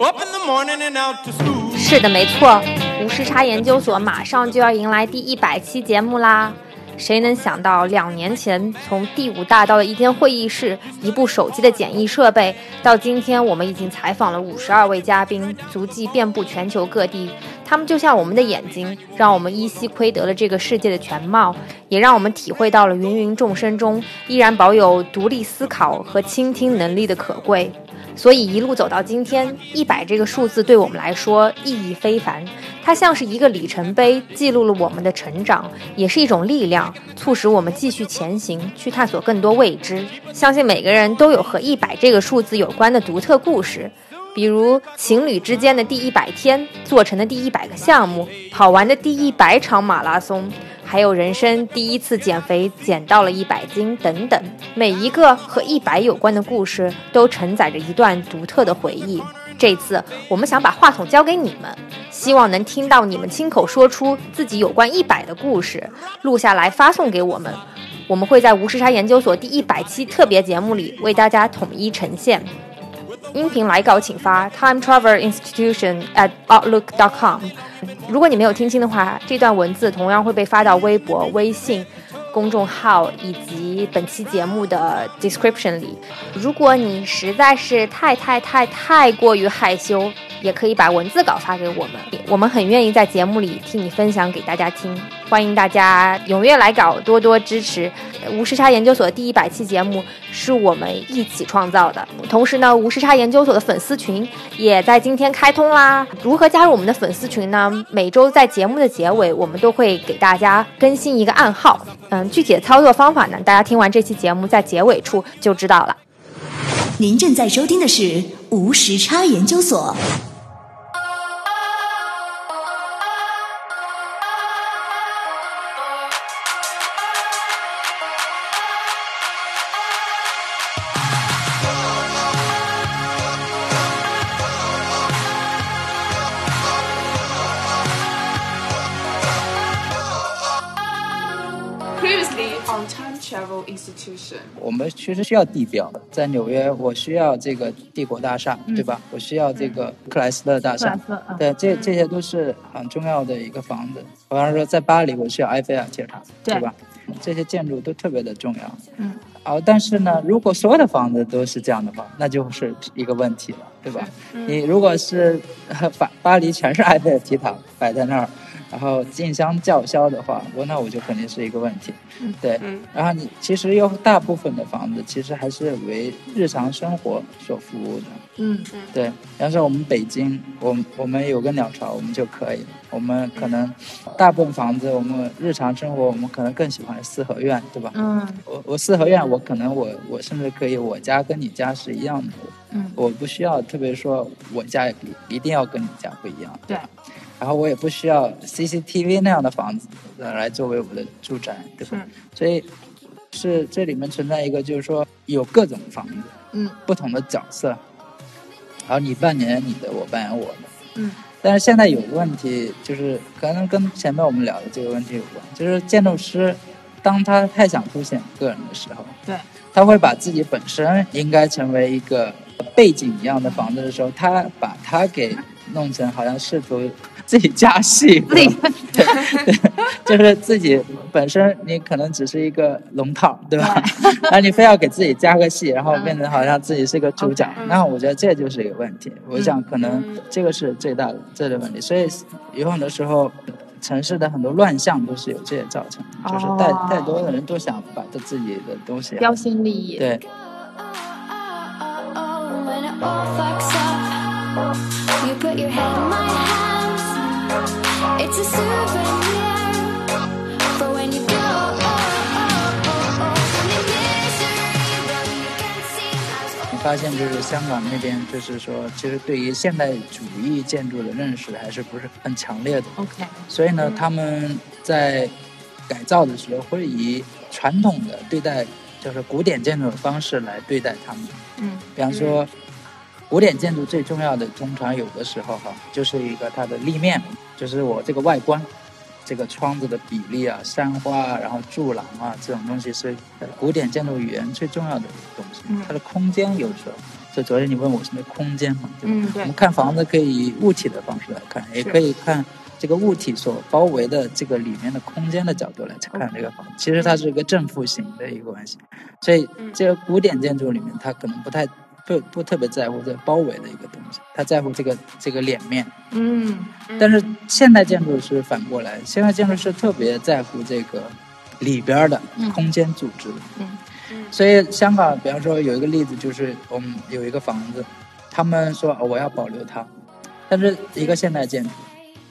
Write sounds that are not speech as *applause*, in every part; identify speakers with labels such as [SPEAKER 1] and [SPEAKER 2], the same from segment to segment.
[SPEAKER 1] Up in the morning and out to school.
[SPEAKER 2] 是的，没错，无时差研究所马上就要迎来第一百期节目啦！谁能想到，两年前从第五大道的一间会议室、一部手机的简易设备，到今天我们已经采访了五十二位嘉宾，足迹遍布全球各地。他们就像我们的眼睛，让我们依稀窥得了这个世界的全貌，也让我们体会到了芸芸众生中依然保有独立思考和倾听能力的可贵。所以一路走到今天，一百这个数字对我们来说意义非凡，它像是一个里程碑，记录了我们的成长，也是一种力量，促使我们继续前行，去探索更多未知。相信每个人都有和一百这个数字有关的独特故事。比如情侣之间的第一百天，做成的第一百个项目，跑完的第一百场马拉松，还有人生第一次减肥减到了一百斤等等，每一个和一百有关的故事都承载着一段独特的回忆。这次我们想把话筒交给你们，希望能听到你们亲口说出自己有关一百的故事，录下来发送给我们。我们会在无时差研究所第一百期特别节目里为大家统一呈现。音频来稿请发 time travel institution at outlook dot com。如果你没有听清的话，这段文字同样会被发到微博、微信公众号以及本期节目的 description 里。如果你实在是太太太太过于害羞，也可以把文字稿发给我们，我们很愿意在节目里替你分享给大家听。欢迎大家踊跃来稿，多多支持。呃无时差研究所第一百期节目是我们一起创造的，同时呢，无时差研究所的粉丝群也在今天开通啦。如何加入我们的粉丝群呢？每周在节目的结尾，我们都会给大家更新一个暗号。嗯，具体的操作方法呢，大家听完这期节目在结尾处就知道了。
[SPEAKER 3] 您正在收听的是无时差研究所。
[SPEAKER 4] Previously on Time Travel Institution，
[SPEAKER 5] 我们其实需要地标，在纽约，我需要这个帝国大厦，对吧？我需要这个克莱斯勒大厦，
[SPEAKER 6] 嗯克莱斯勒啊
[SPEAKER 5] 对，这这些都是很重要的一个房子。比方说，在巴黎，我需要埃菲尔铁塔，
[SPEAKER 6] 对
[SPEAKER 5] 吧？这些建筑都特别的重要。
[SPEAKER 6] 嗯，
[SPEAKER 5] 啊，但是呢，如果所有的房子都是这样的话，那就是一个问题了，对吧？
[SPEAKER 6] 嗯
[SPEAKER 5] 你如果是呃巴巴黎全是埃菲尔铁塔摆在那儿，然后竞相叫嚣的话，我那我就肯定是一个问题。 *laughs* 对，
[SPEAKER 4] 嗯
[SPEAKER 5] 然后你其实有大部分的房子其实还是为日常生活所服务的。
[SPEAKER 6] 嗯
[SPEAKER 5] 对，比方说我们北京，我们我们有个鸟巢，我们就可以了。我们可能大部分房子，我们日常生活，我们可能更喜欢四合院，对吧？
[SPEAKER 6] 嗯
[SPEAKER 5] 我我四合院，我可能我我甚至可以我家跟你家是一样的，
[SPEAKER 6] 嗯
[SPEAKER 5] 我不需要特别说我家一一定要跟你家不一样，
[SPEAKER 6] 对
[SPEAKER 5] 吧然后我也不需要 CCTV 那样的房子呃来作为我的住宅，对吧？所以是这里面存在一个就是说有各种房子，
[SPEAKER 6] 嗯，
[SPEAKER 5] 不同的角色，然后你扮演你的，我扮演我的，
[SPEAKER 6] 嗯。
[SPEAKER 5] 但是现在有个问题，就是可能跟前面我们聊的这个问题有关，就是建筑师，当他太想凸显个人的时候，
[SPEAKER 6] 对，
[SPEAKER 5] 他会把自己本身应该成为一个背景一样的房子的时候，他把它给弄成好像试图自己加戏，
[SPEAKER 6] 自己
[SPEAKER 5] 对，对就是自己本身你可能只是一个龙套，对吧？ *laughs* 然后你非要给自己加个戏，然后变成好像自己是个主角，
[SPEAKER 4] 嗯
[SPEAKER 5] 那我觉得这就是一个问题。我想可能
[SPEAKER 6] 嗯
[SPEAKER 5] 这个是最大的最大的问题，所以有很多时候。城市的很多乱象都是由这些造成的，就是太
[SPEAKER 6] 哦
[SPEAKER 5] 太多的人都想把他自己的东西啊
[SPEAKER 6] 标新立异，
[SPEAKER 5] 对
[SPEAKER 7] When it all fucks up, you put your head in my hands. It's a souvenir for when you go. And the misery that you can see has
[SPEAKER 5] 你发现就是香港那边，就是说，其实对于现代主义建筑的认识还是不是很强烈的，
[SPEAKER 6] ，OK，
[SPEAKER 5] 所以呢，他们在改造的时候会以传统的对待，就是古典建筑的方式来对待他们。
[SPEAKER 6] 嗯，
[SPEAKER 5] 比方说，古典建筑最重要的，通常有的时候哈，就是一个它的立面，就是我这个外观，这个窗子的比例啊、山花啊，然后柱廊
[SPEAKER 6] 嗯
[SPEAKER 5] 啊这种东西是古典建筑语言最重要的东西。它的空间有时候就昨天你问我什么空间嘛，对吧？
[SPEAKER 6] 嗯，
[SPEAKER 5] 我
[SPEAKER 6] 对
[SPEAKER 5] 们，看房子可以以物体的方式来看，也
[SPEAKER 6] 是
[SPEAKER 5] 可以看这个物体所包围的这个里面的空间的角度来看这个房子。其实它是一个正负形的一个关系，所以
[SPEAKER 6] 嗯
[SPEAKER 5] 这个古典建筑里面，它可能不太不不特别在乎这包围的一个东西，它在乎这个这个脸面。
[SPEAKER 6] 嗯，
[SPEAKER 5] 但是现代建筑是反过来，现代建筑是特别在乎这个里边儿的
[SPEAKER 6] 嗯
[SPEAKER 5] 空间组织的。
[SPEAKER 6] 嗯
[SPEAKER 4] 嗯
[SPEAKER 5] 所以香港，比方说有一个例子，就是我们有一个房子，他们说、哦我要保留它，但是一个现代建筑，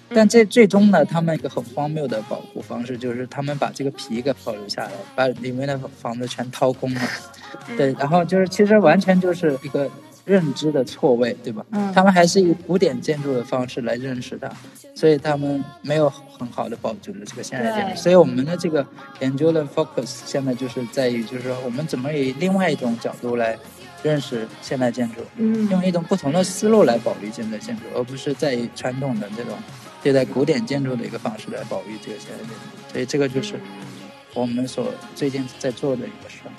[SPEAKER 6] 嗯
[SPEAKER 5] 但这最终呢，他们一个很荒谬的保护方式，就是他们把这个皮给保留下来，把里面的房子全掏空了。
[SPEAKER 6] 嗯
[SPEAKER 5] 对，然后就是其实完全就是一个认知的错位，对吧？
[SPEAKER 6] 嗯
[SPEAKER 5] 他们还是以古典建筑的方式来认识它，所以他们没有很好的保住了这个现代建
[SPEAKER 6] 对
[SPEAKER 5] 筑。所以我们的这个研究的 focus 现在就是在于，就是说我们怎么以另外一种角度来认识现代建筑，
[SPEAKER 6] 嗯
[SPEAKER 5] 用一种不同的思路来保育现代建筑，而不是在以传统的这种对待古典建筑的一个方式来保育这个现代建筑。所以这个就是我们所最近在做的一个事儿。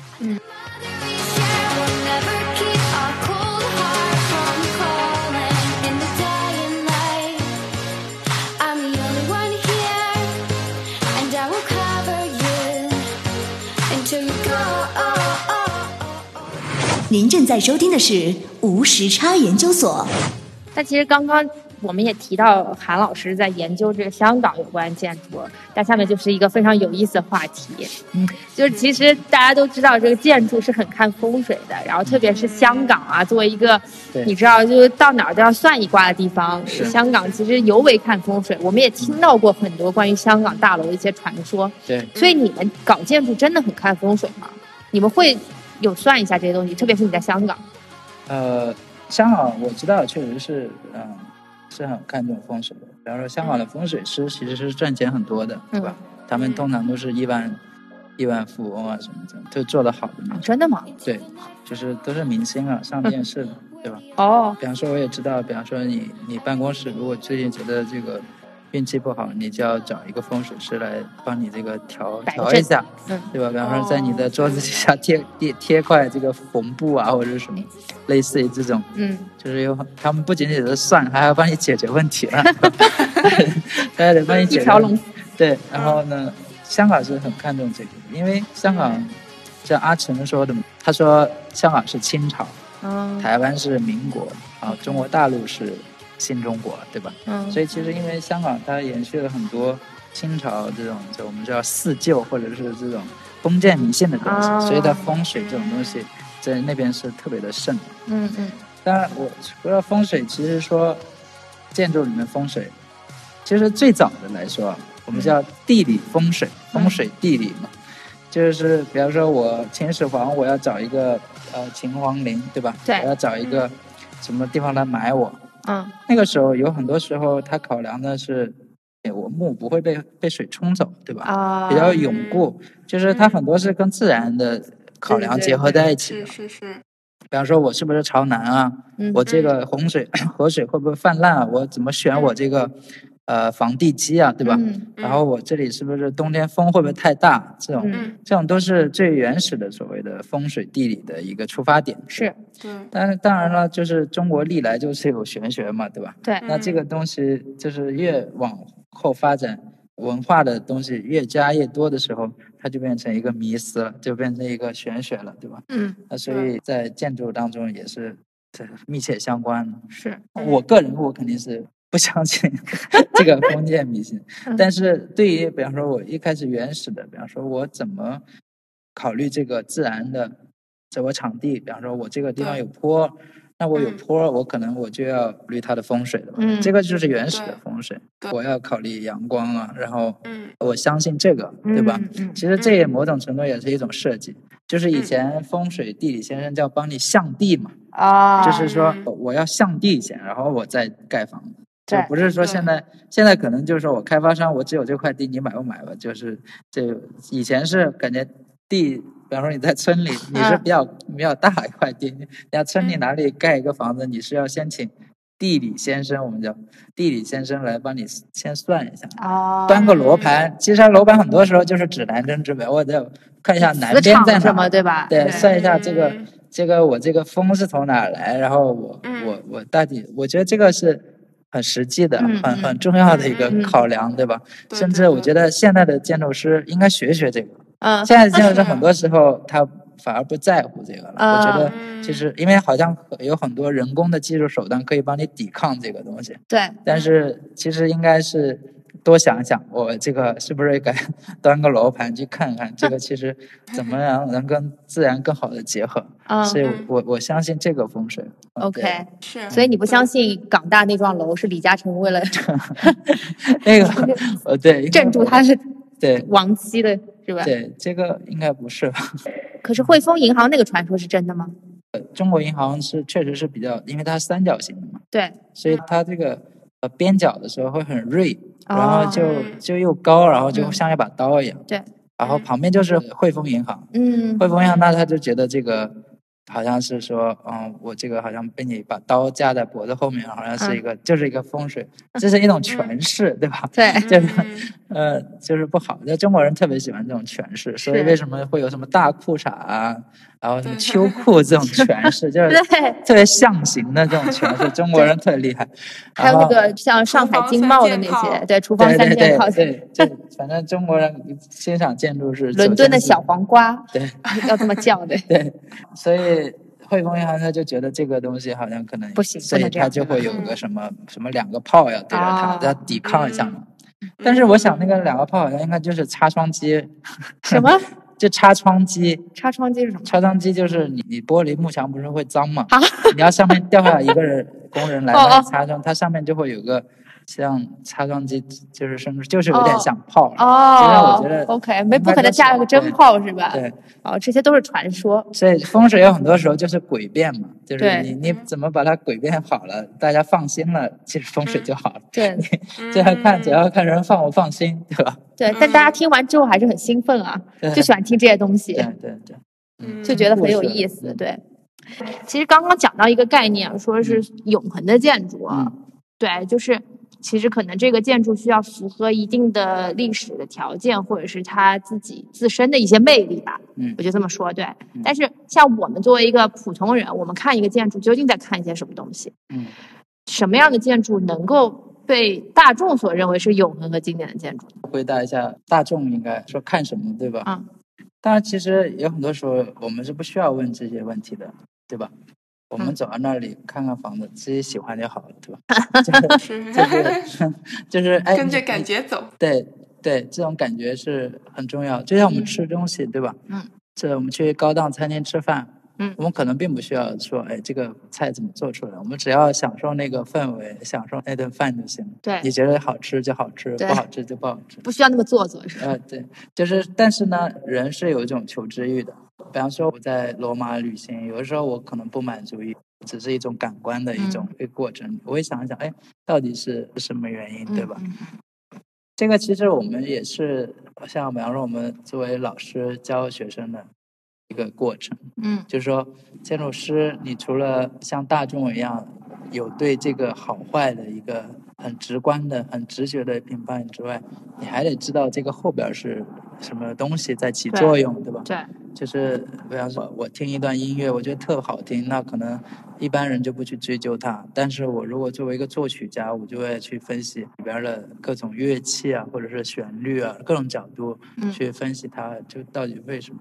[SPEAKER 7] Until you go, oh, oh,
[SPEAKER 3] 您正在收听的是无时差研究所。
[SPEAKER 2] 但其实刚刚我们也提到韩老师在研究这个香港有关建筑，但下面就是一个非常有意思的话题，
[SPEAKER 5] 嗯，
[SPEAKER 2] 就是其实大家都知道这个建筑是很看风水的，然后特别是香港啊，作为一个
[SPEAKER 5] 对
[SPEAKER 2] 你知道就是到哪儿都要算一卦的地方，
[SPEAKER 5] 是
[SPEAKER 2] 香港其实尤为看风水，我们也听到过很多关于香港大楼的一些传说，
[SPEAKER 5] 对。
[SPEAKER 2] 所以你们搞建筑真的很看风水吗？你们会有算一下这些东西，特别是你在香港，
[SPEAKER 5] 呃，香港我知道，确实是，嗯、是很看重风水的。比方说，香港的风水师其实是赚钱很多
[SPEAKER 2] 嗯
[SPEAKER 5] 的，对吧？他们通常都是亿万、亿万富翁啊什么的，都做得好的那种。
[SPEAKER 2] 啊真的吗？
[SPEAKER 5] 对，就是都是明星啊，上电视的，对吧？
[SPEAKER 2] 哦，
[SPEAKER 5] 比方说，我也知道，比方说你你办公室如果最近觉得这个运气不好，你就要找一个风水师来帮你这个调
[SPEAKER 2] 摆个
[SPEAKER 5] 调
[SPEAKER 2] 阵
[SPEAKER 5] 一下，
[SPEAKER 2] 嗯
[SPEAKER 5] 对吧？比方说在你的桌子底下贴贴贴块这个红布啊，或者是什么类似于这种，
[SPEAKER 2] 嗯。
[SPEAKER 5] 就是有他们不仅仅是算，还要帮你解决问
[SPEAKER 2] *laughs*
[SPEAKER 5] 题了，大家得帮你解决
[SPEAKER 2] 一条龙。
[SPEAKER 5] 对，然后呢，香港是很看重这个，因为香港
[SPEAKER 2] 嗯
[SPEAKER 5] 像阿成说的嘛，他说香港是清朝，
[SPEAKER 2] 嗯
[SPEAKER 5] 台湾是民国，然后中国大陆是新中国，对吧？
[SPEAKER 2] 嗯
[SPEAKER 5] 所以其实因为香港它延续了很多清朝这种就我们叫四旧或者是这种封建迷信的东西，
[SPEAKER 2] 哦
[SPEAKER 5] 所以它风水这种东西在那边是特别的盛。
[SPEAKER 2] 嗯嗯
[SPEAKER 5] 当然，我除了风水，其实说建筑里面风水，其实最早的来说，啊，我们叫地理风水，风水地理嘛，就是比方说我秦始皇，我要找一个呃秦皇陵，对吧？
[SPEAKER 2] 对
[SPEAKER 5] 我要找一个什么地方来埋我。
[SPEAKER 2] 嗯
[SPEAKER 5] 那个时候有很多时候，他考量的是，哎我墓不会被被水冲走，对吧？
[SPEAKER 2] 啊
[SPEAKER 5] 比较永固，就是它很多是跟自然的考量
[SPEAKER 6] 对对
[SPEAKER 5] 结合在一起的。
[SPEAKER 4] 是是是，
[SPEAKER 5] 比方说，我是不是朝南啊？
[SPEAKER 2] 嗯
[SPEAKER 5] 我这个洪水、 *coughs* 河水会不会泛滥啊？我怎么选我这个呃防地基啊？对吧？
[SPEAKER 2] 嗯
[SPEAKER 5] 然后我这里是不是冬天风会不会太大？这种、
[SPEAKER 2] 嗯
[SPEAKER 5] 这种都是最原始的所谓的风水地理的一个出发点。
[SPEAKER 2] 是
[SPEAKER 4] 对，
[SPEAKER 5] 但是当然了，就是中国历来就是有玄学嘛，对吧？
[SPEAKER 2] 对
[SPEAKER 5] 那这个东西就是越往后发展，文化的东西越加越多的时候，它就变成一个迷思了，就变成一个玄学了，对吧？
[SPEAKER 2] 嗯
[SPEAKER 5] 那所以在建筑当中也是这密切相关的。
[SPEAKER 2] 是
[SPEAKER 5] 我个人我肯定是不相
[SPEAKER 2] *laughs*
[SPEAKER 5] 信这个封建迷信，
[SPEAKER 2] 嗯
[SPEAKER 5] 但是对于比方说我一开始原始的，比方说我怎么考虑这个自然的这我场地，比方说我这个地方有
[SPEAKER 2] 嗯
[SPEAKER 5] 坡，那我有坡，我可能我就要考虑它的风水了吧。
[SPEAKER 2] 嗯
[SPEAKER 5] 这个就是原始的
[SPEAKER 4] 对
[SPEAKER 5] 风水，
[SPEAKER 4] 对
[SPEAKER 5] 我要考虑阳光啊，然后
[SPEAKER 4] 嗯
[SPEAKER 5] 我相信这个，对吧？
[SPEAKER 2] 嗯嗯
[SPEAKER 5] 其实这也某种程度也是一种设计，就是以前风水地理先生叫帮你象地嘛，
[SPEAKER 2] 啊
[SPEAKER 5] 就是说
[SPEAKER 4] 嗯
[SPEAKER 5] 我要象地先，然后我再盖房子。就
[SPEAKER 2] 对
[SPEAKER 5] 不是说
[SPEAKER 4] 对
[SPEAKER 5] 现在，现在可能就是说我开发商，我只有这块地，你买不买吧？就是这以前是感觉地，比方说你在村里，你是
[SPEAKER 2] 嗯
[SPEAKER 5] 比较、比较大一块地，你要村里哪里盖一个房子，你是要先请地理先生，我们叫地理先生来帮你先算一下，
[SPEAKER 2] 啊
[SPEAKER 5] 端个罗盘。其实罗盘很多时候就是指南针指北，我得看一下南
[SPEAKER 2] 磁
[SPEAKER 5] 边在
[SPEAKER 2] 场
[SPEAKER 5] 哪
[SPEAKER 2] 什么
[SPEAKER 5] 儿，
[SPEAKER 2] 对吧？
[SPEAKER 5] 对，算一下这个
[SPEAKER 4] 嗯
[SPEAKER 5] 这个我这个风是从哪儿来，然后我、
[SPEAKER 4] 嗯
[SPEAKER 5] 我我到底，我觉得这个是很实际的、
[SPEAKER 6] 嗯
[SPEAKER 5] 很
[SPEAKER 6] 嗯
[SPEAKER 5] 很重要的一个
[SPEAKER 6] 嗯嗯
[SPEAKER 5] 考量，对吧？
[SPEAKER 4] 对
[SPEAKER 5] 甚
[SPEAKER 4] 对
[SPEAKER 5] 至我
[SPEAKER 4] 对
[SPEAKER 5] 觉得现在的建筑师应该学学这个，
[SPEAKER 6] 嗯
[SPEAKER 5] 现在的建筑师很多时候他反而不在乎这个了。我觉得就是因为好像有很多人工的技术手段可以帮你抵抗这个东西，
[SPEAKER 6] 对，
[SPEAKER 5] 但是其实应该是多想想，我这个是不是该 *laughs* 端个楼盘去看看，这个其实怎么样能跟自然更好的结合？
[SPEAKER 6] 嗯
[SPEAKER 5] 所以我我相信这个风水。嗯对
[SPEAKER 6] ，OK。嗯
[SPEAKER 4] 是，
[SPEAKER 6] 所以你不相信港大那幢楼是李嘉诚为了
[SPEAKER 5] 那个呃对，
[SPEAKER 6] 镇住他是
[SPEAKER 5] 对
[SPEAKER 6] 亡妻的，是吧？
[SPEAKER 5] 对，这个应该不是吧？
[SPEAKER 6] 可是汇丰银行那个传说是真的吗？
[SPEAKER 5] 中国银行是确实是比较，因为它是三角形的嘛。
[SPEAKER 6] 对，
[SPEAKER 5] 所以它这个呃边角的时候会很锐，
[SPEAKER 6] 哦
[SPEAKER 5] 然后就就又高，然后就
[SPEAKER 6] 嗯
[SPEAKER 5] 像一把刀一样。
[SPEAKER 6] 对。
[SPEAKER 5] 然后旁边就是汇丰银行，
[SPEAKER 6] 嗯，
[SPEAKER 5] 汇丰银行那他就觉得这个好像是说，嗯，我这个好像被你把刀架在脖子后面，好像是
[SPEAKER 6] 嗯
[SPEAKER 5] 一个、就是一个风水，这是一种诠释，对吧？
[SPEAKER 6] 对，
[SPEAKER 5] *laughs*
[SPEAKER 6] 嗯
[SPEAKER 5] 就是呃，就是不好。那中国人特别喜欢这种诠释，所以
[SPEAKER 6] 是
[SPEAKER 5] 为什么会有什么大裤衩啊，然后什么
[SPEAKER 4] 对
[SPEAKER 5] 秋裤这种诠释，
[SPEAKER 6] *laughs*
[SPEAKER 5] 就是
[SPEAKER 6] 对，
[SPEAKER 5] 特别象形的这种诠释，中国人特别厉害。
[SPEAKER 6] 还有
[SPEAKER 5] 然
[SPEAKER 6] 那
[SPEAKER 5] 后
[SPEAKER 6] 个像上海经贸的那
[SPEAKER 4] 厨房三件套
[SPEAKER 6] 些，对，厨房三
[SPEAKER 5] 对
[SPEAKER 6] 件套
[SPEAKER 5] 对，对对，就反正中国人欣赏建筑是
[SPEAKER 6] 伦敦的小黄瓜，
[SPEAKER 5] 酒店式，
[SPEAKER 6] 要这么叫的。
[SPEAKER 5] 对对，所以。汇丰银行他就觉得这个东西好像可能
[SPEAKER 6] 不行
[SPEAKER 5] 所
[SPEAKER 6] 不
[SPEAKER 5] 以
[SPEAKER 6] 能这
[SPEAKER 5] 他
[SPEAKER 6] 样
[SPEAKER 5] 就会有
[SPEAKER 4] 嗯
[SPEAKER 5] 个什么什么两个炮要对着它，
[SPEAKER 6] 哦嗯
[SPEAKER 5] 要抵抗一下嘛。但是我想那个两个炮好像应该就是擦窗机，
[SPEAKER 6] 什么？
[SPEAKER 5] 就擦窗机，
[SPEAKER 6] 纱窗机是
[SPEAKER 5] *laughs*
[SPEAKER 6] 什么？
[SPEAKER 5] 擦窗机就是你你玻璃幕墙不是会脏嘛？
[SPEAKER 6] 啊
[SPEAKER 5] 你要上面掉下一个人工人来
[SPEAKER 6] 哦
[SPEAKER 5] 帮
[SPEAKER 6] 哦
[SPEAKER 5] 你擦窗，它上面就会有个像擦窗机，就是甚至就是有点像炮了。
[SPEAKER 6] 哦
[SPEAKER 5] 其实我觉得
[SPEAKER 6] ，OK，没
[SPEAKER 5] 应
[SPEAKER 6] 不
[SPEAKER 5] 该
[SPEAKER 6] 可能
[SPEAKER 5] 都是
[SPEAKER 6] 架个真炮是吧？
[SPEAKER 5] 对，
[SPEAKER 6] 哦，这些都是传说。
[SPEAKER 5] 所以风水有很多时候就是诡辩嘛，就是
[SPEAKER 6] 对
[SPEAKER 5] 你你怎么把它诡辩好了，大家放心了，其实风
[SPEAKER 4] 嗯
[SPEAKER 5] 水就好了。
[SPEAKER 6] 对
[SPEAKER 5] *laughs* 这要看主要看人放不放心，对吧？
[SPEAKER 6] 对，但大家听完之后还是很兴奋啊，
[SPEAKER 5] 嗯对
[SPEAKER 6] 就喜欢听这些东西。
[SPEAKER 5] 对嗯对对，
[SPEAKER 4] 嗯
[SPEAKER 6] 就觉得很有意思。对，其实刚刚讲到一个概念，啊说是
[SPEAKER 5] 嗯
[SPEAKER 6] 永恒的建筑啊，对，就是其实可能这个建筑需要符合一定的历史的条件，或者是它自己自身的一些魅力吧。
[SPEAKER 5] 嗯
[SPEAKER 6] 我就这么说。对，但是像我们作为一个普通人，我们看一个建筑究竟在看一些什么东西？
[SPEAKER 5] 嗯，
[SPEAKER 6] 什么样的建筑能够？被大众所认为是永恒和经典的建筑，
[SPEAKER 5] 回答一下大众应该说看什么，对吧？
[SPEAKER 4] 啊
[SPEAKER 6] 嗯。
[SPEAKER 5] 当然，其实有很多时候我们是不需要问这些问题的，对吧？我
[SPEAKER 4] 嗯
[SPEAKER 5] 们走到那里看看房子，自己喜欢就好了，对吧？
[SPEAKER 4] 是
[SPEAKER 5] 就是就是哎，
[SPEAKER 4] *laughs* 跟着
[SPEAKER 5] 你
[SPEAKER 4] 感觉走，
[SPEAKER 5] 对对，这种感觉是很重要。就像我们吃东西，对吧？
[SPEAKER 6] 嗯。
[SPEAKER 5] 这我们去高档餐厅吃饭，
[SPEAKER 6] 嗯
[SPEAKER 5] 我们可能并不需要说，哎，这个菜怎么做出来？我们只要享受那个氛围，享受那顿饭就行了。
[SPEAKER 6] 对
[SPEAKER 5] 你觉得好吃就好吃，不
[SPEAKER 6] 对
[SPEAKER 5] 好吃就不好吃。
[SPEAKER 6] 不需要那么做作，是吧？
[SPEAKER 5] 呃，对，就是，但是呢，人是有一种求知欲的。比方说我在罗马旅行，有的时候我可能不满足于，只是一种感官的
[SPEAKER 6] 嗯
[SPEAKER 5] 一种一个过程，我会想一想，哎，到底是什么原因，对吧？
[SPEAKER 6] 嗯？
[SPEAKER 5] 这个其实我们也是像，比方说我们作为老师教学生的一个过程，
[SPEAKER 6] 嗯，
[SPEAKER 5] 就是说建筑师，你除了像大众一样有对这个好坏的一个很直观的、很直觉的评判之外，你还得知道这个后边是什么东西在起
[SPEAKER 6] 对
[SPEAKER 5] 作用，对吧？
[SPEAKER 6] 对，
[SPEAKER 5] 就是比方说，我听一段音乐，我觉得特好听，那可能一般人就不去追究它。但是我如果作为一个作曲家，我就会去分析里边的各种乐器啊，或者是旋律啊，各种角度
[SPEAKER 6] 嗯
[SPEAKER 5] 去分析它，就到底为什么。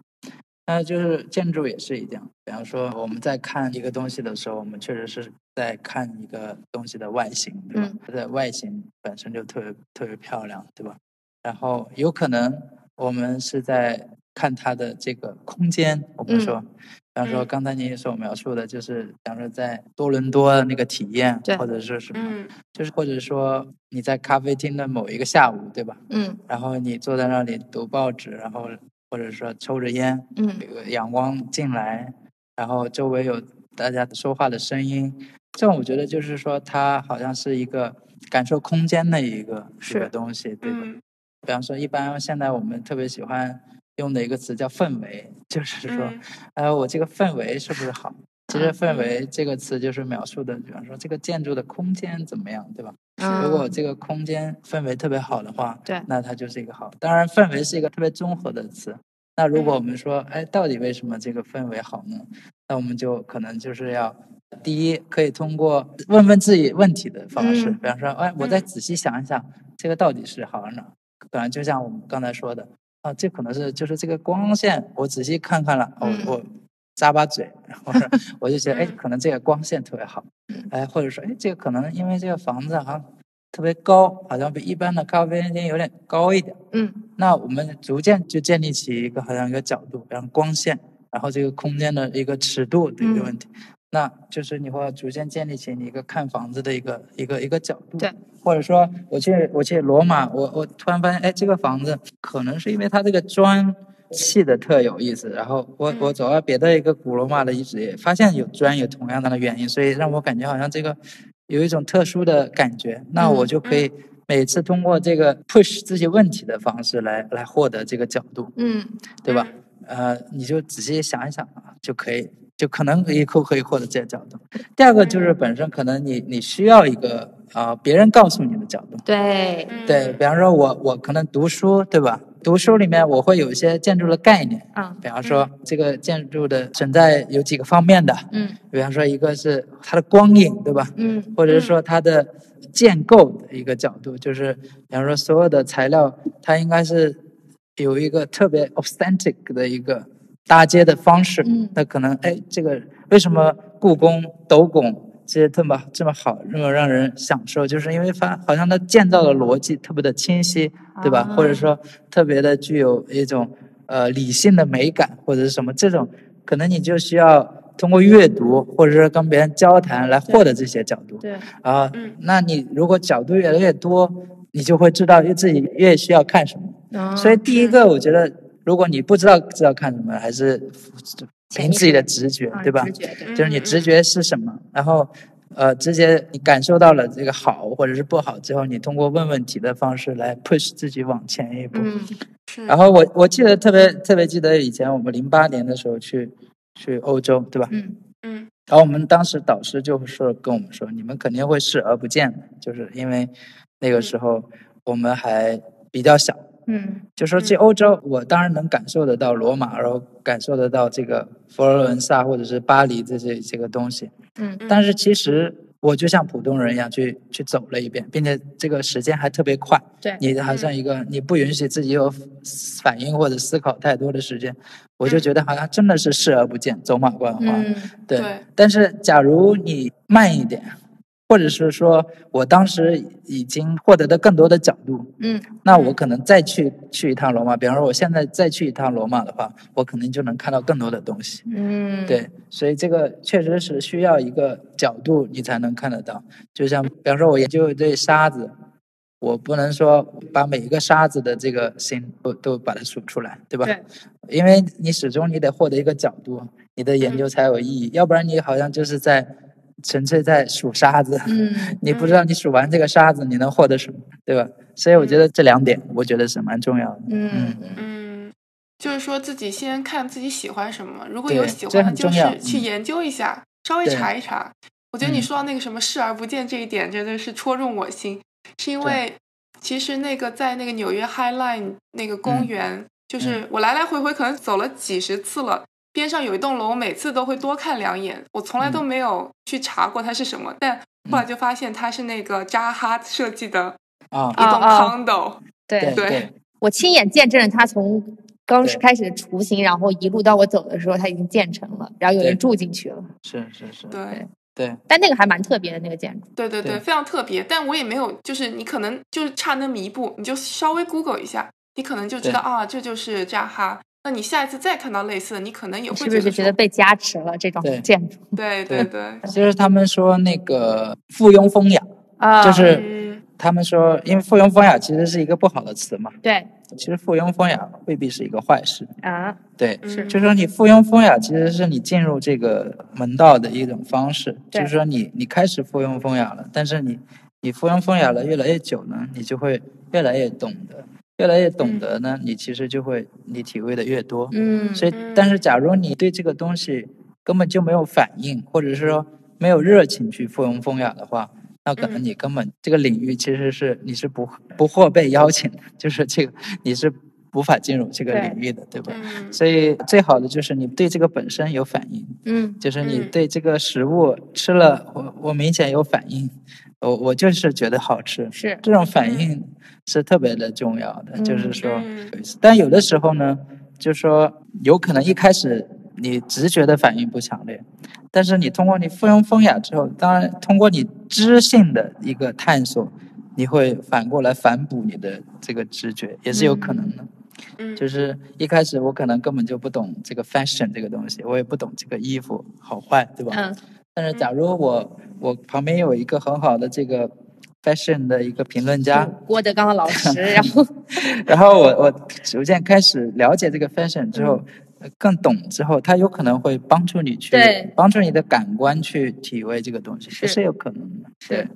[SPEAKER 5] 那就是建筑也是一样，比方说我们在看一个东西的时候，我们确实是在看一个东西的外形，对吧？它的外形本身就特别特别漂亮，对吧？然后有可能我们是在看它的这个空间，我们说，比方说刚才您所描述的，就是比方说在多伦多的那个体验
[SPEAKER 6] 对，
[SPEAKER 5] 或者是什么，
[SPEAKER 4] 嗯
[SPEAKER 5] 就是或者说你在咖啡厅的某一个下午，对吧？
[SPEAKER 6] 嗯
[SPEAKER 5] 然后你坐在那里读报纸，然后或者说抽着烟，
[SPEAKER 6] 嗯
[SPEAKER 5] 有个阳光进来，然后周围有大家说话的声音，这种我觉得就是说它好像是一个感受空间的一个一
[SPEAKER 6] 是
[SPEAKER 5] 个东西，对吧？
[SPEAKER 4] 嗯
[SPEAKER 5] 比方说，一般现在我们特别喜欢用的一个词叫氛围，就是说，
[SPEAKER 4] 嗯
[SPEAKER 5] 呃，我这个氛围是不是好？其实“氛围”这个词就是描述的，比方说这个建筑的空间怎么样，对吧？
[SPEAKER 6] 嗯，
[SPEAKER 5] 如果这个空间氛围特别好的话，
[SPEAKER 6] 对
[SPEAKER 5] 那它就是一个好。当然，氛围是一个特别综合的词，那如果我
[SPEAKER 2] 嗯
[SPEAKER 5] 们说，哎，到底为什么这个氛围好呢？那我们就可能就是要，第一，可以通过问问自己问题的方式，
[SPEAKER 2] 嗯
[SPEAKER 5] 比方说，哎，我再仔细想一想，这个到底是好在哪儿？可能就像我们刚才说的，啊，这可能是就是这个光线，我仔细看看了，我、
[SPEAKER 2] 嗯
[SPEAKER 5] 我咂巴嘴，然后呢我就觉得，哎，
[SPEAKER 2] 嗯
[SPEAKER 5] 可能这个光线特别好，哎，或者说，哎，这个可能因为这个房子好像特别高，好像比一般的咖啡厅有点高一点。
[SPEAKER 2] 嗯
[SPEAKER 5] 那我们逐渐就建立起一个好像一个角度，然后光线，然后这个空间的一个尺度的一个问题，那就是你会逐渐建立起你一个看房子的一个一个一个角度。
[SPEAKER 2] 对，
[SPEAKER 5] 或者说我去我去罗马，我我突然发现，哎，这个房子可能是因为它这个砖。砌的特有意思，然后我我走到别的一个古罗马的遗址，也发现有砖有同样的原因，所以让我感觉好像这个有一种特殊的感觉。那我就可以每次通过这个 push 自己问题的方式来来获得这个角度，
[SPEAKER 2] 嗯，
[SPEAKER 5] 对吧？呃，你就仔细想一想啊，就可以，就可能以后可以获得这个角度。第二个就是本身可能你你需要一个啊、呃别人告诉你的角
[SPEAKER 2] 嗯
[SPEAKER 5] 度，
[SPEAKER 2] 对，
[SPEAKER 5] 对比方说我我可能读书，对吧？读书里面我会有一些建筑的概念，
[SPEAKER 2] 嗯
[SPEAKER 5] 比方说这个建筑的存在有几个方面的，
[SPEAKER 2] 嗯
[SPEAKER 5] 比方说一个是它的光影，对吧？
[SPEAKER 2] 嗯，
[SPEAKER 5] 或者是说它的建构的一个角度，就是比方说所有的材料，它应该是有一个特别 authentic 的一个搭接的方式。
[SPEAKER 2] 嗯
[SPEAKER 5] 那可能哎，这个为什么故宫、斗拱这些这么这么好，这么让人享受，就是因为它好像它建造的逻辑特别的清晰，对吧？
[SPEAKER 2] 啊
[SPEAKER 5] 或者说特别的具有一种呃理性的美感，或者是什么这种，可能你就需要通过阅读，或者是跟别人交谈来获得这些角度。
[SPEAKER 2] 对，
[SPEAKER 5] 啊，
[SPEAKER 4] 嗯
[SPEAKER 5] 那你如果角度越来越多，你就会知道自己越需要看什么。
[SPEAKER 2] 嗯
[SPEAKER 5] 所以第一个，我觉得如果你不知道知道看什么，还是
[SPEAKER 2] 潜意
[SPEAKER 5] 凭自己的直觉，
[SPEAKER 2] 嗯
[SPEAKER 5] 对吧
[SPEAKER 2] 直？觉对
[SPEAKER 5] 就是你直觉是什么，然后呃，直觉你感受到了这个好或者是不好之后，你通过问问题的方式来 push 自己往前一步。
[SPEAKER 2] 嗯
[SPEAKER 5] 然后我我记得特别特别记得以前我们零八年的时候去去欧洲，对吧？
[SPEAKER 2] 嗯
[SPEAKER 4] 嗯
[SPEAKER 5] 然后我们当时导师就是跟我们说，你们肯定会视而不见的，就是因为那个时候我们还比较小，
[SPEAKER 2] 嗯
[SPEAKER 5] 就说去欧洲，我当然能感受得到罗马，然后感受得到这个佛罗伦萨或者是巴黎这些这个东西，
[SPEAKER 2] 嗯
[SPEAKER 5] 但是其实我就像普通人一样去去走了一遍，并且这个时间还特别快，
[SPEAKER 2] 对嗯
[SPEAKER 5] 你好像一个你不允许自己有反应或者思考太多的时间，我就觉得好像真的是视而不见，走马观花。
[SPEAKER 2] 嗯
[SPEAKER 5] 对，
[SPEAKER 4] 对
[SPEAKER 5] 但是假如你慢一点，或者是说我当时已经获得的更多的角度，
[SPEAKER 2] 嗯
[SPEAKER 5] 那我可能再去去一趟罗马，比方说我现在再去一趟罗马的话，我肯定就能看到更多的东西。
[SPEAKER 2] 嗯，
[SPEAKER 5] 对，所以这个确实是需要一个角度你才能看得到。就像比方说，我研究一对沙子，我不能说把每一个沙子的这个形都都把它数出来，对吧？
[SPEAKER 2] 对
[SPEAKER 5] 因为你始终你得获得一个角度，你的
[SPEAKER 2] 嗯
[SPEAKER 5] 研究才有意义，要不然你好像就是在纯粹在数沙子，
[SPEAKER 2] 嗯
[SPEAKER 5] *laughs* 你不知道你数完这个沙子你能获得什么，对吧？所以我觉得这两点，我觉得是蛮重要的。
[SPEAKER 2] 嗯
[SPEAKER 4] 嗯，就是说自己先看自己喜欢什么，如果
[SPEAKER 5] 对
[SPEAKER 4] 有喜
[SPEAKER 5] 这
[SPEAKER 4] 欢的，
[SPEAKER 5] 很
[SPEAKER 4] 就
[SPEAKER 5] 重要
[SPEAKER 4] 是去
[SPEAKER 5] 嗯
[SPEAKER 4] 研究一下，稍微
[SPEAKER 5] 对
[SPEAKER 4] 查一查。我觉得你
[SPEAKER 5] 嗯
[SPEAKER 4] 说到那个什么视而不见这一点，真的是戳中我心，是因
[SPEAKER 5] 对
[SPEAKER 4] 为其实那个在那个纽约 High Line 那个公
[SPEAKER 5] 嗯
[SPEAKER 4] 园，就是我来来回回可能走了几十次了。边上有一栋楼，每次都会多看两眼。我从来都
[SPEAKER 5] 嗯
[SPEAKER 4] 没有去查过它是什么，但后来就发现它是那个扎哈设计的
[SPEAKER 5] 啊、
[SPEAKER 4] 一栋
[SPEAKER 2] 啊啊
[SPEAKER 4] condo。
[SPEAKER 5] 对
[SPEAKER 2] 对，
[SPEAKER 4] 对
[SPEAKER 5] 对
[SPEAKER 2] 我亲眼见证了它从刚
[SPEAKER 5] 对
[SPEAKER 2] 开始的雏形，然后一路到我走的时候，它已经建成了，然后有人
[SPEAKER 5] 对
[SPEAKER 2] 住进去了。
[SPEAKER 5] 是是是，
[SPEAKER 4] 对
[SPEAKER 5] 对
[SPEAKER 2] 但那个还蛮特别的那个建筑，
[SPEAKER 4] 对对对，
[SPEAKER 5] 对
[SPEAKER 4] 非常特别。但我也没有，就是你可能就是差那么一步，你就稍微 Google 一下，你可能就知道啊，这就是扎哈。那你下一次再看到类似的，你可能也
[SPEAKER 2] 你
[SPEAKER 4] 会
[SPEAKER 2] 是不是就觉得
[SPEAKER 4] 说
[SPEAKER 2] 被加持了？这种
[SPEAKER 5] 对
[SPEAKER 2] 建筑
[SPEAKER 4] 对对对，
[SPEAKER 5] 其实他们说那个附庸风雅，
[SPEAKER 2] 啊
[SPEAKER 5] 就是
[SPEAKER 4] 嗯，
[SPEAKER 5] 他们说，因为附庸风雅其实是一个不好的词嘛，
[SPEAKER 2] 对
[SPEAKER 5] 其实附庸风雅未必是一个坏事。
[SPEAKER 2] 啊，
[SPEAKER 5] 对，
[SPEAKER 4] 是
[SPEAKER 5] 就是说你附庸风雅其实是你进入这个门道的一种方式，
[SPEAKER 2] 对
[SPEAKER 5] 就是说你你开始附庸风雅了，但是你你附庸风雅了越来越久呢，你就会越来越懂得，越来越懂得呢，你其实就会你体会的越多，
[SPEAKER 2] 嗯
[SPEAKER 5] 所以
[SPEAKER 4] 嗯，
[SPEAKER 5] 但是假如你对这个东西根本就没有反应，或者是说没有热情去附庸风雅的话，那可能
[SPEAKER 4] 嗯
[SPEAKER 5] 你根本这个领域其实是你是不不或被邀请的，就是这个你是不无法进入这个
[SPEAKER 2] 对
[SPEAKER 5] 领域的，对吧？
[SPEAKER 4] 嗯
[SPEAKER 5] 所以最好的就是你对这个本身有反应，
[SPEAKER 2] 嗯
[SPEAKER 5] 就是你
[SPEAKER 4] 嗯
[SPEAKER 5] 对这个食物吃了，我我明显有反应，我我就是觉得好吃，
[SPEAKER 2] 是
[SPEAKER 5] 这种反应是特别的重要的，就是
[SPEAKER 2] 嗯
[SPEAKER 5] 说，
[SPEAKER 4] 嗯
[SPEAKER 5] 但有的时候呢，就说有可能一开始你直觉的反应不强烈，但是你通过你附庸风雅之后，当然通过你知性的一个探索，你会反过来反哺你的这个直觉，也是有可能的。
[SPEAKER 4] 嗯
[SPEAKER 5] 就是一开始我可能根本就不懂这个 fashion 这个东西，我也不懂这个衣服好坏，对吧？
[SPEAKER 2] 嗯
[SPEAKER 5] 但是假如我我旁边有一个很好的这个 fashion 的一个评论家，
[SPEAKER 2] 郭德纲的老师，然后
[SPEAKER 5] 然后我我逐渐开始了解这个 fashion 之后，呃更懂之后，它有可能会帮助你去
[SPEAKER 2] 嗯对
[SPEAKER 5] 帮助你的感官去体味这个东西，
[SPEAKER 2] 是
[SPEAKER 5] 这是有可能的。
[SPEAKER 2] 是
[SPEAKER 5] 对，